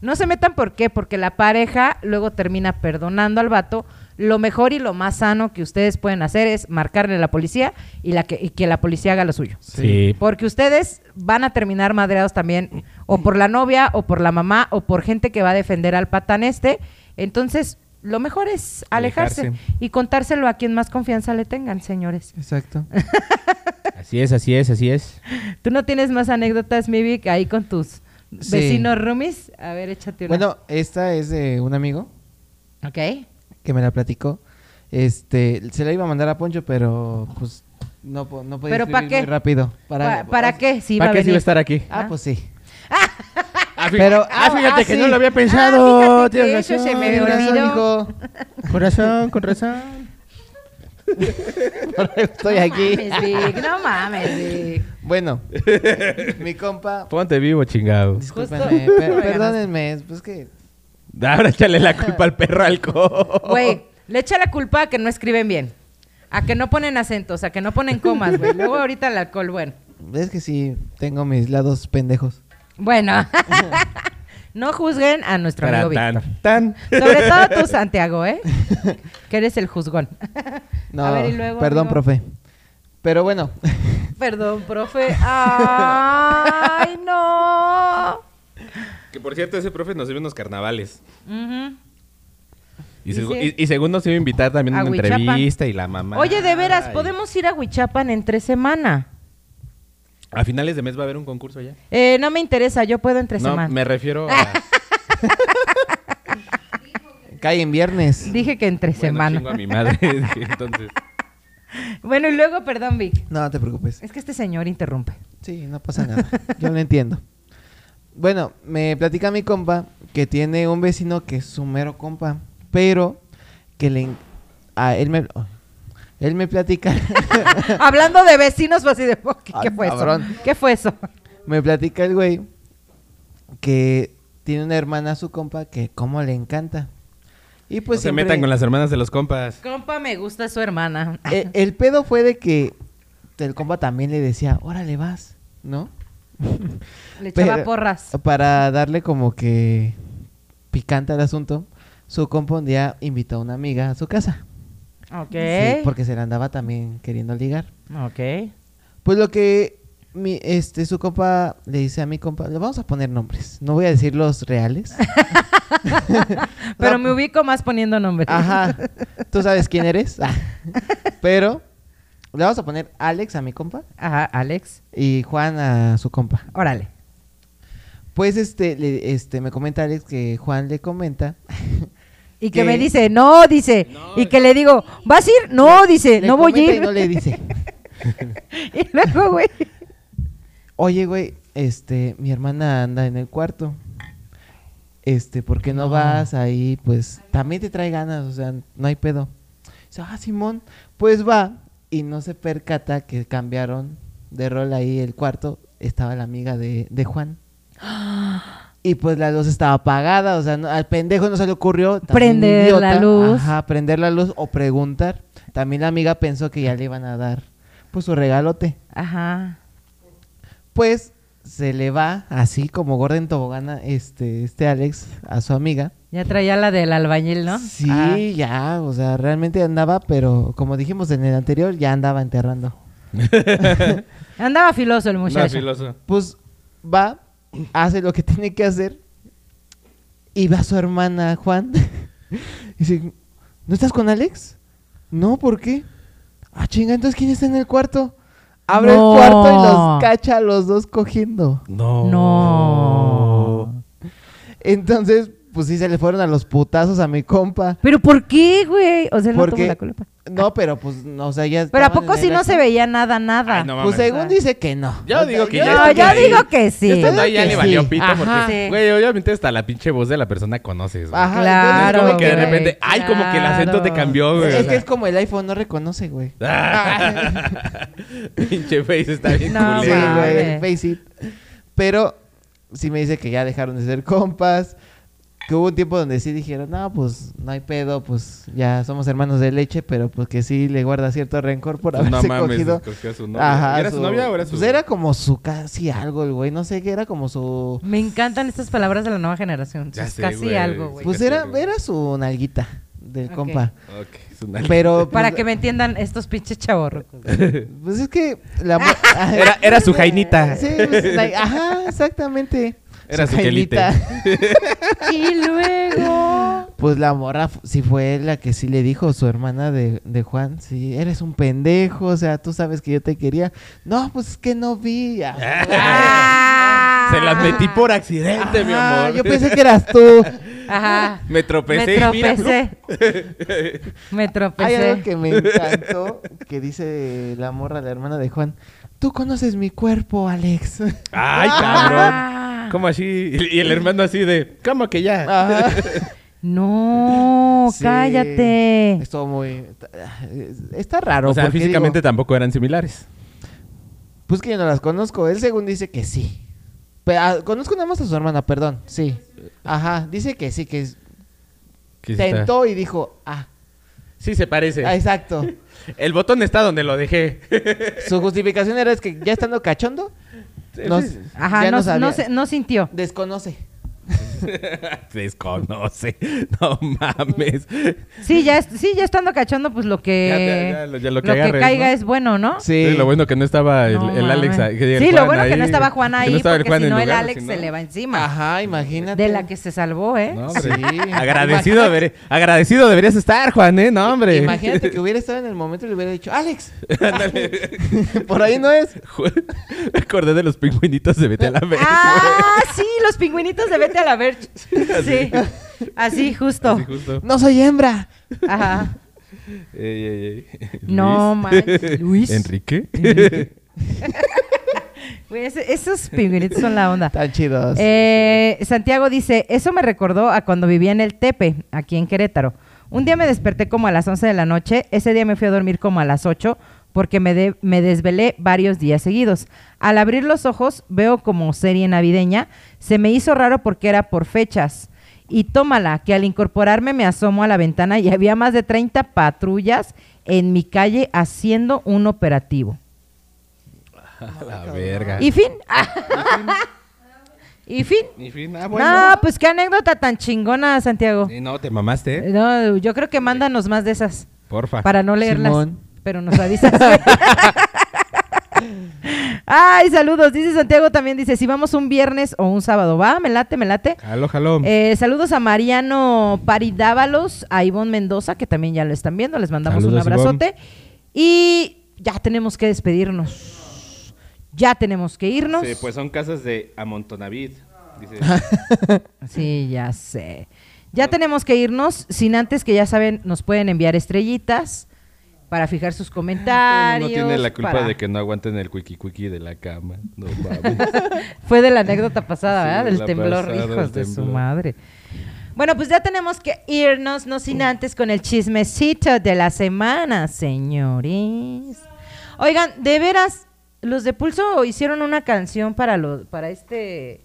S2: No se metan por qué, porque la pareja luego termina perdonando al vato. Lo mejor y lo más sano que ustedes pueden hacer es marcarle a la policía y, la que, y que la policía haga lo suyo.
S4: Sí.
S2: Porque ustedes van a terminar madreados también, o por la novia, o por la mamá, o por gente que va a defender al patán este. Entonces, lo mejor es alejarse,
S1: Alejarse.
S2: y contárselo a quien más confianza le tengan, señores.
S3: Exacto.
S1: Así es, así es, así es.
S2: ¿Tú no tienes más anécdotas, Mivic, ahí con tus
S3: Sí.
S2: vecinos roomies? A ver, échate una.
S3: Bueno, esta es de un amigo
S2: Ok.
S3: que me la platicó. Este, se la iba a mandar a Poncho, pero pues no, po- no podía
S2: ¿Pero pa'
S3: escribir
S2: qué?
S3: muy rápido.
S2: ¿Para, ¿para qué? Si va
S1: ¿Para
S2: a
S1: qué si
S2: venir.
S1: iba a estar aquí?
S3: Ah, pues sí.
S1: Ah, fí-
S3: Pero-
S1: ah, fíjate
S3: ah,
S1: que
S3: sí.
S1: no lo había
S2: Ah,
S1: pensado.
S2: fíjate que
S1: Tienes
S2: eso se me
S3: Con razón,
S2: olvidó.
S3: hijo.
S1: Con razón, con razón.
S3: Por algo Estoy aquí.
S2: Mames, Vic, no mames, Vic.
S3: Bueno, mi compa. pues,
S1: Ponte vivo, chingado.
S3: Discúlpenme,
S2: Justo.
S3: per- perdónenme, es- pues que
S1: Ahora échale la culpa al perro alcohol.
S2: Güey, le echa la culpa a que no escriben bien. A que no ponen acentos, a que no ponen comas, güey. Luego ahorita el alcohol, bueno.
S3: es que sí tengo mis lados pendejos.
S2: Bueno. no juzguen a nuestro
S1: Para
S2: amigo Víctor.
S1: tan, tan.
S2: Sobre todo tú, Santiago, ¿eh? Que eres el juzgón.
S3: No,
S2: A ver, y luego,
S3: perdón,
S2: amigo.
S3: profe. Pero bueno,
S2: Perdón, profe. ¡Ay, no!
S1: Que por cierto, ese profe nos sirve unos carnavales.
S2: Ujú.
S1: Y,
S2: Y
S1: segu-
S2: sí.
S1: y- y según nos iba a invitar también a
S2: A
S1: una
S2: Huichapan.
S1: entrevista y la mamá.
S2: Oye, de veras,
S1: y-
S2: ¿podemos ir a Huichapan entre semana?
S1: A finales de mes va a haber un concurso allá.
S2: Eh, no me interesa, yo puedo entre
S1: No,
S2: semana.
S1: me refiero a.
S3: cae en viernes.
S2: Dije que entre
S1: Bueno,
S2: semana.
S1: chingo a mi madre. dije, Entonces.
S2: Bueno, y luego, perdón, Vic.
S3: No te preocupes.
S2: Es que este señor interrumpe.
S3: Sí, no pasa nada. Yo lo entiendo. Bueno, me platica mi compa que tiene un vecino que es su mero compa, pero que le... en- A él me... oh, Él me platica...
S2: Hablando de vecinos, fue así de. "Oh, ¿Qué,
S3: Ay,
S2: qué fue
S3: cabrón.
S2: eso? ¿Qué fue eso?
S3: me platica el güey que tiene una hermana a su compa que como le encanta. Y pues
S1: no se
S3: siempre-
S1: metan con las hermanas de los compas.
S2: Compa, me gusta su hermana.
S3: Eh, el pedo fue de que el compa también le decía, órale vas, ¿no?
S2: Le echaba
S3: Pero-
S2: porras.
S3: Para darle como que picante al asunto, su compa un día invitó a una amiga a su casa.
S2: Ok.
S3: oh, Sí, porque se la andaba también queriendo ligar.
S2: Ok.
S3: Pues lo que mi, este, su compa le dice a mi compa, le vamos a poner nombres. No voy a decir los reales.
S2: Pero me ubico más poniendo nombres.
S3: pues, Ajá. ¿Tú sabes quién eres? Ah. Pero le vamos a poner Alex a mi compa
S2: Ajá, Alex.
S3: y Juan a su compa.
S2: Órale.
S3: Pues este, le- este me comenta Alex que Juan le comenta.
S2: Y que
S3: ¿Qué?
S2: me dice, no, dice. y que le digo, ¿vas a ir? No, dice,
S3: Le
S2: Eh, no voy a
S3: comenta
S2: ir.
S3: Y no le dice.
S2: Y luego, güey.
S3: Oye, güey, este, mi hermana anda en el cuarto. Este, ¿por qué no, vas ahí? Pues también te trae ganas, o sea, no hay pedo. Dice, ah, Simón, pues va. Y no se percata que cambiaron de rol ahí el cuarto. Estaba la amiga de, de Juan. Y pues la luz estaba apagada, o sea, no- al pendejo no se le ocurrió también
S2: Prender la luz.
S3: Ajá, prender la luz o preguntar. También la amiga pensó que ya le iban a dar pues su regalote
S2: Ajá.
S3: pues se le va así como gorda en tobogana este, este Alex a su amiga.
S2: Ya traía la del albañil, ¿no? Ah.
S3: Sí,
S2: Ajá.
S3: ya, o sea, realmente andaba, pero como dijimos en el anterior, ya andaba enterrando.
S2: Andaba filoso el muchacho.
S3: Pues va, hace lo que tiene que hacer y va su hermana Juan. y dice, ¿no estás con Alex? No, ¿por qué? Ah, chinga, entonces ¿quién está en el cuarto? Abre
S2: No.
S3: el cuarto y los cacha a los dos cogiendo.
S1: No.
S2: No.
S3: Entonces, pues sí, se le fueron a los putazos a mi compa.
S2: Pero ¿por qué, güey? O sea, él no tuvo
S3: Porque-
S2: la culpa.
S3: No, pero pues, no, o sea, ya.
S2: Pero ¿a
S3: estaban
S2: poco
S3: en
S2: si
S3: el
S2: no
S3: acto.
S2: se veía nada, nada?
S1: Ay, no
S3: Pues
S1: mames.
S3: según dice que no.
S1: Yo digo que
S3: Yo-
S1: ya
S2: No,
S1: está
S2: yo
S1: ahí.
S2: digo que sí.
S3: Yo
S1: Estando ahí ya
S3: que
S1: le
S3: sí.
S1: valió pito
S3: Ajá.
S1: porque,
S2: Sí.
S1: güey, obviamente hasta la pinche voz de la persona conoces. güey.
S3: Ajá,
S2: Claro,
S3: entonces
S1: Como que de
S2: güey,
S1: repente, ay, como que el acento te
S2: claro.
S1: cambió, güey.
S3: Es,
S1: o
S3: que
S1: sea.
S3: es como el iPhone, no reconoce, güey.
S1: Ah. Pinche face está bien
S2: No,
S3: Sí,
S1: culero.
S3: güey,
S2: mames.
S3: face it. Pero sí me dice que ya dejaron de ser compas. Que hubo un tiempo donde sí dijeron, no, pues no hay pedo, pues ya somos hermanos de leche, pero pues que sí le guarda cierto rencor por haberse
S1: No mames,
S3: cogido.
S1: cogió a su novia. ¿Era su novia o era su-
S3: Pues era como su casi algo, el güey. No sé qué, era como su.
S2: Me encantan estas palabras de la nueva generación.
S1: Ya
S2: Es
S1: sé,
S2: casi
S1: güey.
S2: algo, güey.
S3: Pues
S1: casi
S3: era,
S1: algo.
S3: era su nalguita del
S2: Ok.
S3: compa.
S1: Ok, es una-
S3: Pero.
S2: Para
S3: pues,
S2: que me entiendan estos pinches chavorrucos.
S3: Pues es que. La... mu-
S1: Era, era su jainita.
S3: Sí, pues, la- ajá, exactamente.
S1: Era su
S3: jainita.
S2: y luego.
S3: Pues la morra f- sí fue la que sí le dijo su hermana de, de Juan, sí, eres un pendejo, o sea, tú sabes que yo te quería. No, pues es que no vi. Ah,
S1: Se las metí por accidente, mi
S3: ah,
S1: amor.
S3: Yo pensé que eras tú.
S2: Ajá.
S1: Me
S2: Me
S1: tropecé. y mira,
S2: tropecé. Me
S3: Hay
S2: tropecé.
S3: algo que me encantó que dice la morra, la hermana de Juan. Tú conoces mi cuerpo, Alex.
S1: Ay,
S2: Ah.
S1: cabrón. ¿Cómo así? Y y el hermano así de, Ah, ¿cómo que ya?
S3: Ajá.
S2: No,
S3: Sí.
S2: cállate.
S3: Estuvo muy. Está raro.
S1: O sea,
S3: porque
S1: físicamente
S3: digo,
S1: tampoco eran similares.
S3: pues que yo no las conozco. Él, según dice que sí. Pero, ah, conozco nada más a su hermana, perdón. Sí. Ajá. Dice que sí, que es-
S1: Que sí está-
S3: tentó y dijo, ah,
S1: Sí, se parece.
S3: ah, exacto.
S1: El botón está donde lo dejé.
S3: Su justificación era es que ya estando cachondo, no,
S2: Ajá,
S3: ya
S2: no,
S3: no sabía.
S2: no se- no sintió.
S3: Desconoce.
S1: Desconoce. No mames.
S2: Sí, ya, est- sí, ya estando cachondo, pues lo que.
S1: Ya, ya, ya, lo- ya lo que agarres,
S2: caiga
S1: ¿no?
S2: es bueno, ¿no?
S3: Sí.
S1: Sí, lo bueno que no estaba el,
S2: No
S1: el
S2: mames.
S1: Alex ahí, que diga, el
S2: Sí, lo
S1: Juan
S2: bueno que
S1: ahí,
S2: no estaba Juan ahí,
S1: que no estaba el
S2: porque
S1: Juan
S2: si
S1: en
S2: no el
S1: lugar,
S2: Alex
S1: si no-
S2: se le va encima.
S3: Ajá, imagínate.
S2: De la que se salvó, ¿eh?
S1: No,
S3: Sí.
S1: hombre. Agradecido, deberí- agradecido deberías estar, Juan, ¿eh? No, hombre.
S3: Imagínate que hubiera estado en el momento y le hubiera dicho, Alex, por ahí no es.
S1: Ju- Me acordé de los pingüinitos de Vete a la Verga.
S2: Ah, sí, los pingüinitos de Vete a la Verge. Sí. Así, justo.
S1: Así justo.
S3: No soy hembra.
S2: Ajá.
S1: Ey, ey, ey.
S2: No manches. Luis.
S1: ¿Enrique?
S2: Güey, ese- esos pingüinitos son la onda.
S3: Tan chidos.
S2: Eh, Santiago dice, eso me recordó a cuando vivía en el Tepe, aquí en Querétaro. Un día me desperté como a las 11 de la noche, ese día me fui a dormir como a las 8 porque me, de- me desvelé varios días seguidos. Al abrir los ojos veo como serie navideña, se me hizo raro porque era por fechas. Y tómala, que al incorporarme me asomo a la ventana y había más de 30 patrullas en mi calle haciendo un operativo.
S1: A la verga.
S2: Y fin. y fin.
S1: Y fin, ah,
S2: No, pues qué anécdota tan chingona, Santiago.
S1: Sí, no, te mamaste, ¿eh?
S2: No, yo creo que mándanos más de esas
S1: Porfa.
S2: para no leerlas.
S3: Simón.
S2: Pero nos avisas. güey. Ay, saludos. Dice Santiago también, dice, si vamos un viernes o un sábado, va, me late, me late.
S1: Jalo, jalo.
S2: Eh, saludos a Mariano Paridávalos, a Ivonne Mendoza, que también ya lo están viendo, les mandamos
S1: Saludos,
S2: un abrazote. Y ya tenemos que despedirnos. Ya tenemos que irnos.
S1: Sí, pues son casas de Amontonavid. Dice,
S2: Sí, ya sé. Ya tenemos que irnos, sin antes que ya saben, nos pueden enviar estrellitas para fijar sus
S1: uno
S2: comentarios.
S1: no tiene la culpa
S2: para-
S1: de que no aguanten el cuiqui cuiqui de la cama. No mames.
S2: Fue de la anécdota pasada,
S1: Sí,
S2: ¿verdad?
S1: de
S2: Del
S1: la
S2: temblor,
S1: pasada,
S2: hijos
S1: el
S2: de su
S1: temblor.
S2: madre. Bueno, pues ya tenemos que irnos, no sin antes, con el chismecito de la semana, señores. Oigan, de veras, los de Pulso hicieron una canción para lo, para este,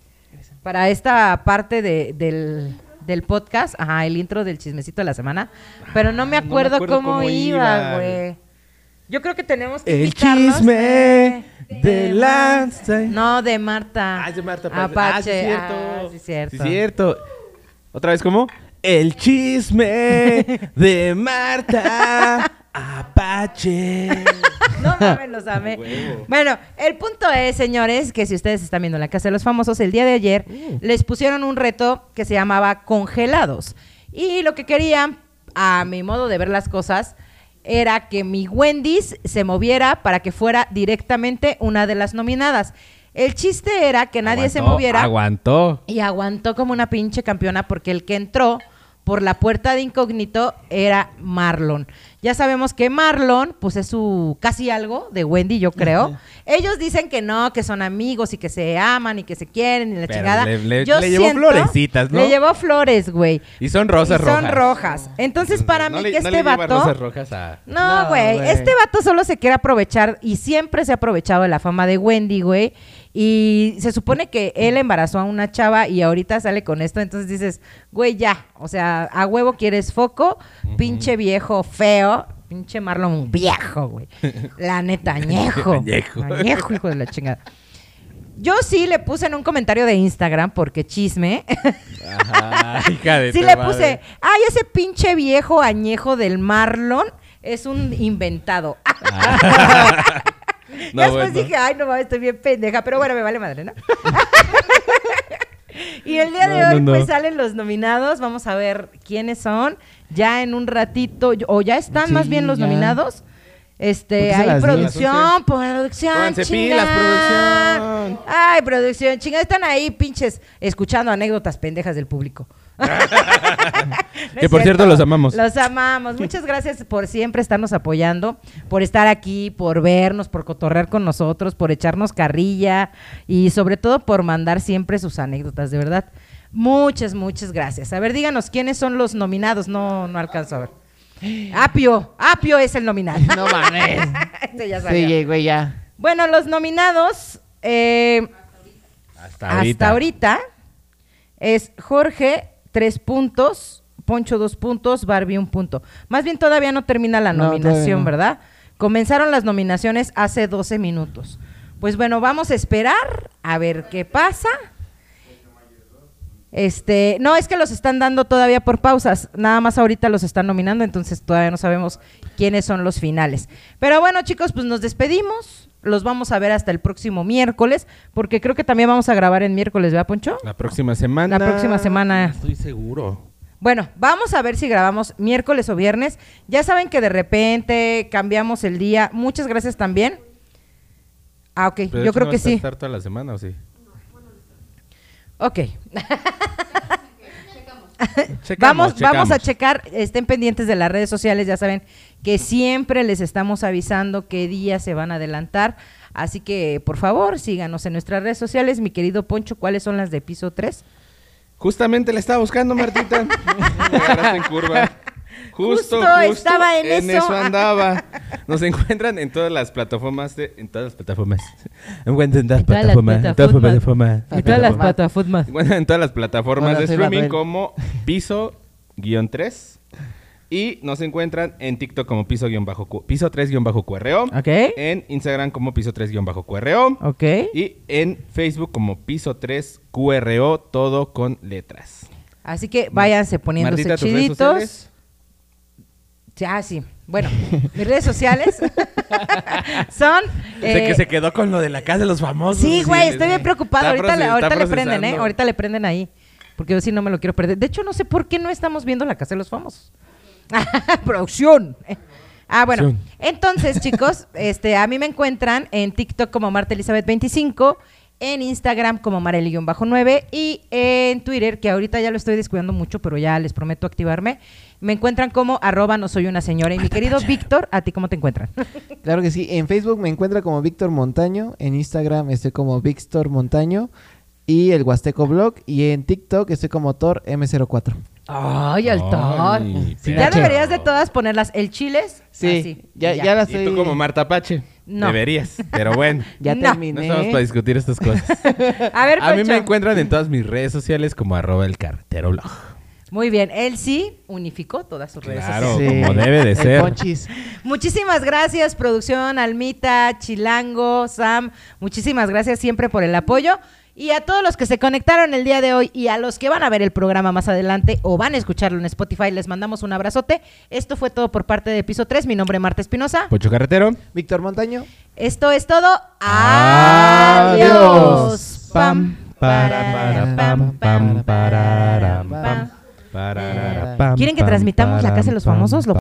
S2: para esta parte de- del, del podcast, ajá, el intro del chismecito de la semana, pero no me
S1: Ah, no me
S2: acuerdo,
S1: acuerdo
S2: cómo,
S1: cómo
S2: iba,
S1: iba.
S2: güey. Yo creo que tenemos que
S1: El
S2: invitarlos eh,
S1: chisme de
S2: Mar-
S1: Lanza.
S2: No, de Marta.
S1: Ah, es de Marta Ah, sí,
S2: Apache.
S1: cierto.
S2: Ah, sí, cierto.
S1: Sí, cierto. ¿Otra vez cómo? El chisme de Marta Apache.
S2: No mames, los amé.
S1: Huevo.
S2: Bueno, el punto es, señores, que si ustedes están viendo la Casa de los Famosos, el día de ayer
S1: Uh.
S2: les pusieron un reto que se llamaba congelados. Y lo que querían, a mi modo de ver las cosas, era que mi Wendy's se moviera para que fuera directamente una de las nominadas. El chiste era que nadie se
S1: Aguantó,
S2: moviera.
S1: Aguantó.
S2: Y aguantó como una pinche campeona porque el que entró por la puerta de incógnito era Marlon. Ya sabemos que Marlon, pues es su casi algo de Wendy, yo creo. Ellos dicen que no, que son amigos y que se aman y que se quieren y la
S1: Pero
S2: chingada.
S1: le- le-
S2: Yo
S1: le llevó
S2: siento-
S1: florecitas, ¿no?
S2: Le llevó flores, güey.
S1: Y son rosas
S2: Y son
S1: rojas.
S2: rojas. Entonces, para
S1: No
S2: mí
S1: le-
S2: que
S1: no
S2: este
S1: le lleva
S2: vato...
S1: rosas rojas a-
S2: No,
S3: No,
S2: güey.
S3: güey.
S2: este vato solo se quiere aprovechar y siempre se ha aprovechado de la fama de Wendy, güey. Y se supone que él embarazó a una chava y ahorita sale con esto. Entonces dices, güey, ya. O sea, a huevo quieres foco, pinche viejo feo. Pinche Marlon viejo, güey. La neta, añejo.
S1: Añejo.
S2: Añejo, hijo de la chingada. Yo sí le puse en un comentario de Instagram, porque chisme.
S1: Ajá, hija de
S2: Sí
S1: tu
S2: le
S1: madre.
S2: puse, ay, ese pinche viejo añejo del Marlon es un inventado.
S1: Ah. No,
S2: Después
S1: bueno.
S2: dije, ay, no mames, estoy bien pendeja, pero bueno, me vale madre, ¿no? y el día de
S1: No,
S2: hoy,
S1: no,
S2: pues
S1: no.
S2: salen los nominados, vamos a ver quiénes son. Ya en un ratito, yo- o ya están más
S3: Sí,
S2: bien los
S3: ya.
S2: nominados.
S3: ¿Por
S2: Este,
S3: qué se las
S2: ahí
S3: dio?
S2: producción, producción,
S1: Pónganse
S2: chinga.
S1: pilas, producción.
S2: Ay, producción, chinga, están ahí pinches escuchando anécdotas pendejas del público. No
S1: Que
S2: es
S1: por cierto, los amamos.
S2: Los amamos. Muchas gracias por siempre estarnos apoyando, por estar aquí, por vernos, por cotorrear con nosotros, por echarnos carrilla y sobre todo por mandar siempre sus anécdotas, de verdad. Muchas, muchas gracias. A ver, díganos quiénes son los nominados. No, no alcanzo a ver. Apio, Apio es el nominado.
S3: No mames.
S2: Este ya sabía.
S3: Sí, güey, ya.
S2: Bueno, los nominados eh,
S1: Hasta ahorita.
S2: hasta ahorita es Jorge, tres puntos, Poncho, dos puntos, Barbie, un punto. Más bien todavía no termina la
S3: No,
S2: nominación,
S3: todavía no.
S2: ¿verdad? Comenzaron las nominaciones hace 12 minutos. Pues bueno, vamos a esperar a ver qué pasa. Este, no, es que los están dando todavía por pausas, nada más ahorita los están nominando, entonces todavía no sabemos quiénes son los finales. Pero bueno, chicos, pues nos despedimos. Los vamos a ver hasta el próximo miércoles, porque creo que también vamos a grabar en miércoles, ¿verdad, Poncho?
S1: La próxima semana.
S2: La próxima semana.
S1: No Estoy seguro.
S2: Bueno, vamos a ver si grabamos miércoles o viernes. Ya saben que de repente cambiamos el día. Muchas gracias también. Ah, ok,
S1: Pero de
S2: yo
S1: hecho,
S2: creo
S1: no
S2: que
S1: vas a
S2: sí.
S1: estar toda la semana o sí?
S2: Ok. vamos, vamos a checar,
S1: checamos.
S2: estén pendientes de las redes sociales, ya saben que siempre les estamos avisando qué días se van a adelantar. Así que, por favor, síganos en nuestras redes sociales. Mi querido Poncho, ¿cuáles son las de piso 3?
S1: Justamente la estaba buscando, Martita. Me agarraste en curva.
S2: Justo
S1: Justo, justo
S2: estaba en eso.
S1: andaba. Nos encuentran en todas las plataformas. de- en todas las plataformas. Encuentran en todas las
S2: todas las
S1: plataformas. En todas las plataformas.
S3: En todas las
S2: plataformas.
S1: Encuentran en todas las plataformas
S3: Hola,
S1: de
S3: soy
S1: streaming
S3: Babel.
S1: como piso-3. Y nos encuentran en TikTok como piso-3-QRO. Piso QRO,
S2: Ok.
S1: En Instagram como piso3-QRO.
S2: Ok.
S1: Y en Facebook como piso3QRO, todo con letras.
S2: Así que váyanse poniéndose
S1: Martita, tus redes
S2: chiditos.
S1: sociales.
S2: Sí, Ah, sí. Bueno, mis redes sociales son
S1: Se
S2: Eh,
S1: que se quedó con lo de la casa de eh, los famosos.
S2: Sí, güey, estoy bien preocupada.
S1: preocupado.
S2: Ahorita, le, ahorita le prenden, ¿eh? Ahorita le prenden ahí. Porque yo sí no me lo quiero perder. De hecho, no sé por qué no estamos viendo la Casa de los Famosos. Producción. Ah, bueno.
S1: Producción.
S2: Entonces, chicos, este, a mí me encuentran en TikTok como Marta Elizabeth 25, en Instagram como Marely-9 y en Twitter, que ahorita ya lo estoy descuidando mucho, pero ya les prometo activarme. Me encuentran como arroba no soy una señora. Y mi querido Víctor, ¿a ti cómo te encuentran?
S3: Claro que sí. En Facebook me encuentra como Víctor Montaño. En Instagram estoy como Víctor Montaño. Y el Huasteco Blog. Y en TikTok estoy como Thor M04.
S2: Ay, al
S1: Ay,
S2: Ya
S3: H.
S2: deberías de todas ponerlas el chiles. así,
S3: ya,
S2: Ah, y
S3: ya. la
S1: Y tú
S3: estoy.
S1: como Marta Pache.
S2: No.
S1: Deberías, pero bueno.
S3: Ya
S2: No.
S1: No
S3: terminé.
S1: estamos para discutir estas cosas.
S2: A ver,
S1: A mí
S2: Poncho.
S1: me encuentran en todas mis redes sociales como arroba el carretero blog.
S2: Muy bien, él sí unificó todas sus redes
S1: Claro.
S2: sociales.
S1: como debe de
S3: El
S1: ser.
S3: Ponchis.
S2: Muchísimas gracias, producción, Almita, Chilango, Sam. Muchísimas gracias siempre por el apoyo. Y a todos los que se conectaron el día de hoy y a los que van a ver el programa más adelante o van a escucharlo en Spotify, les mandamos un abrazote. Esto fue todo por parte de Piso 3. Mi nombre es Marta Espinosa.
S1: Pocho Carretero.
S3: Víctor Montaño.
S2: Esto es todo.
S1: Adiós.
S2: Adiós. Pam,
S1: Para, para, pam, pam, pararam, pam,
S2: pam.
S1: parara, pam,
S2: ¿Quieren que
S1: pam,
S3: Ah,
S2: transmitamos la
S1: param,
S2: casa de los
S1: pam,
S2: famosos? Lo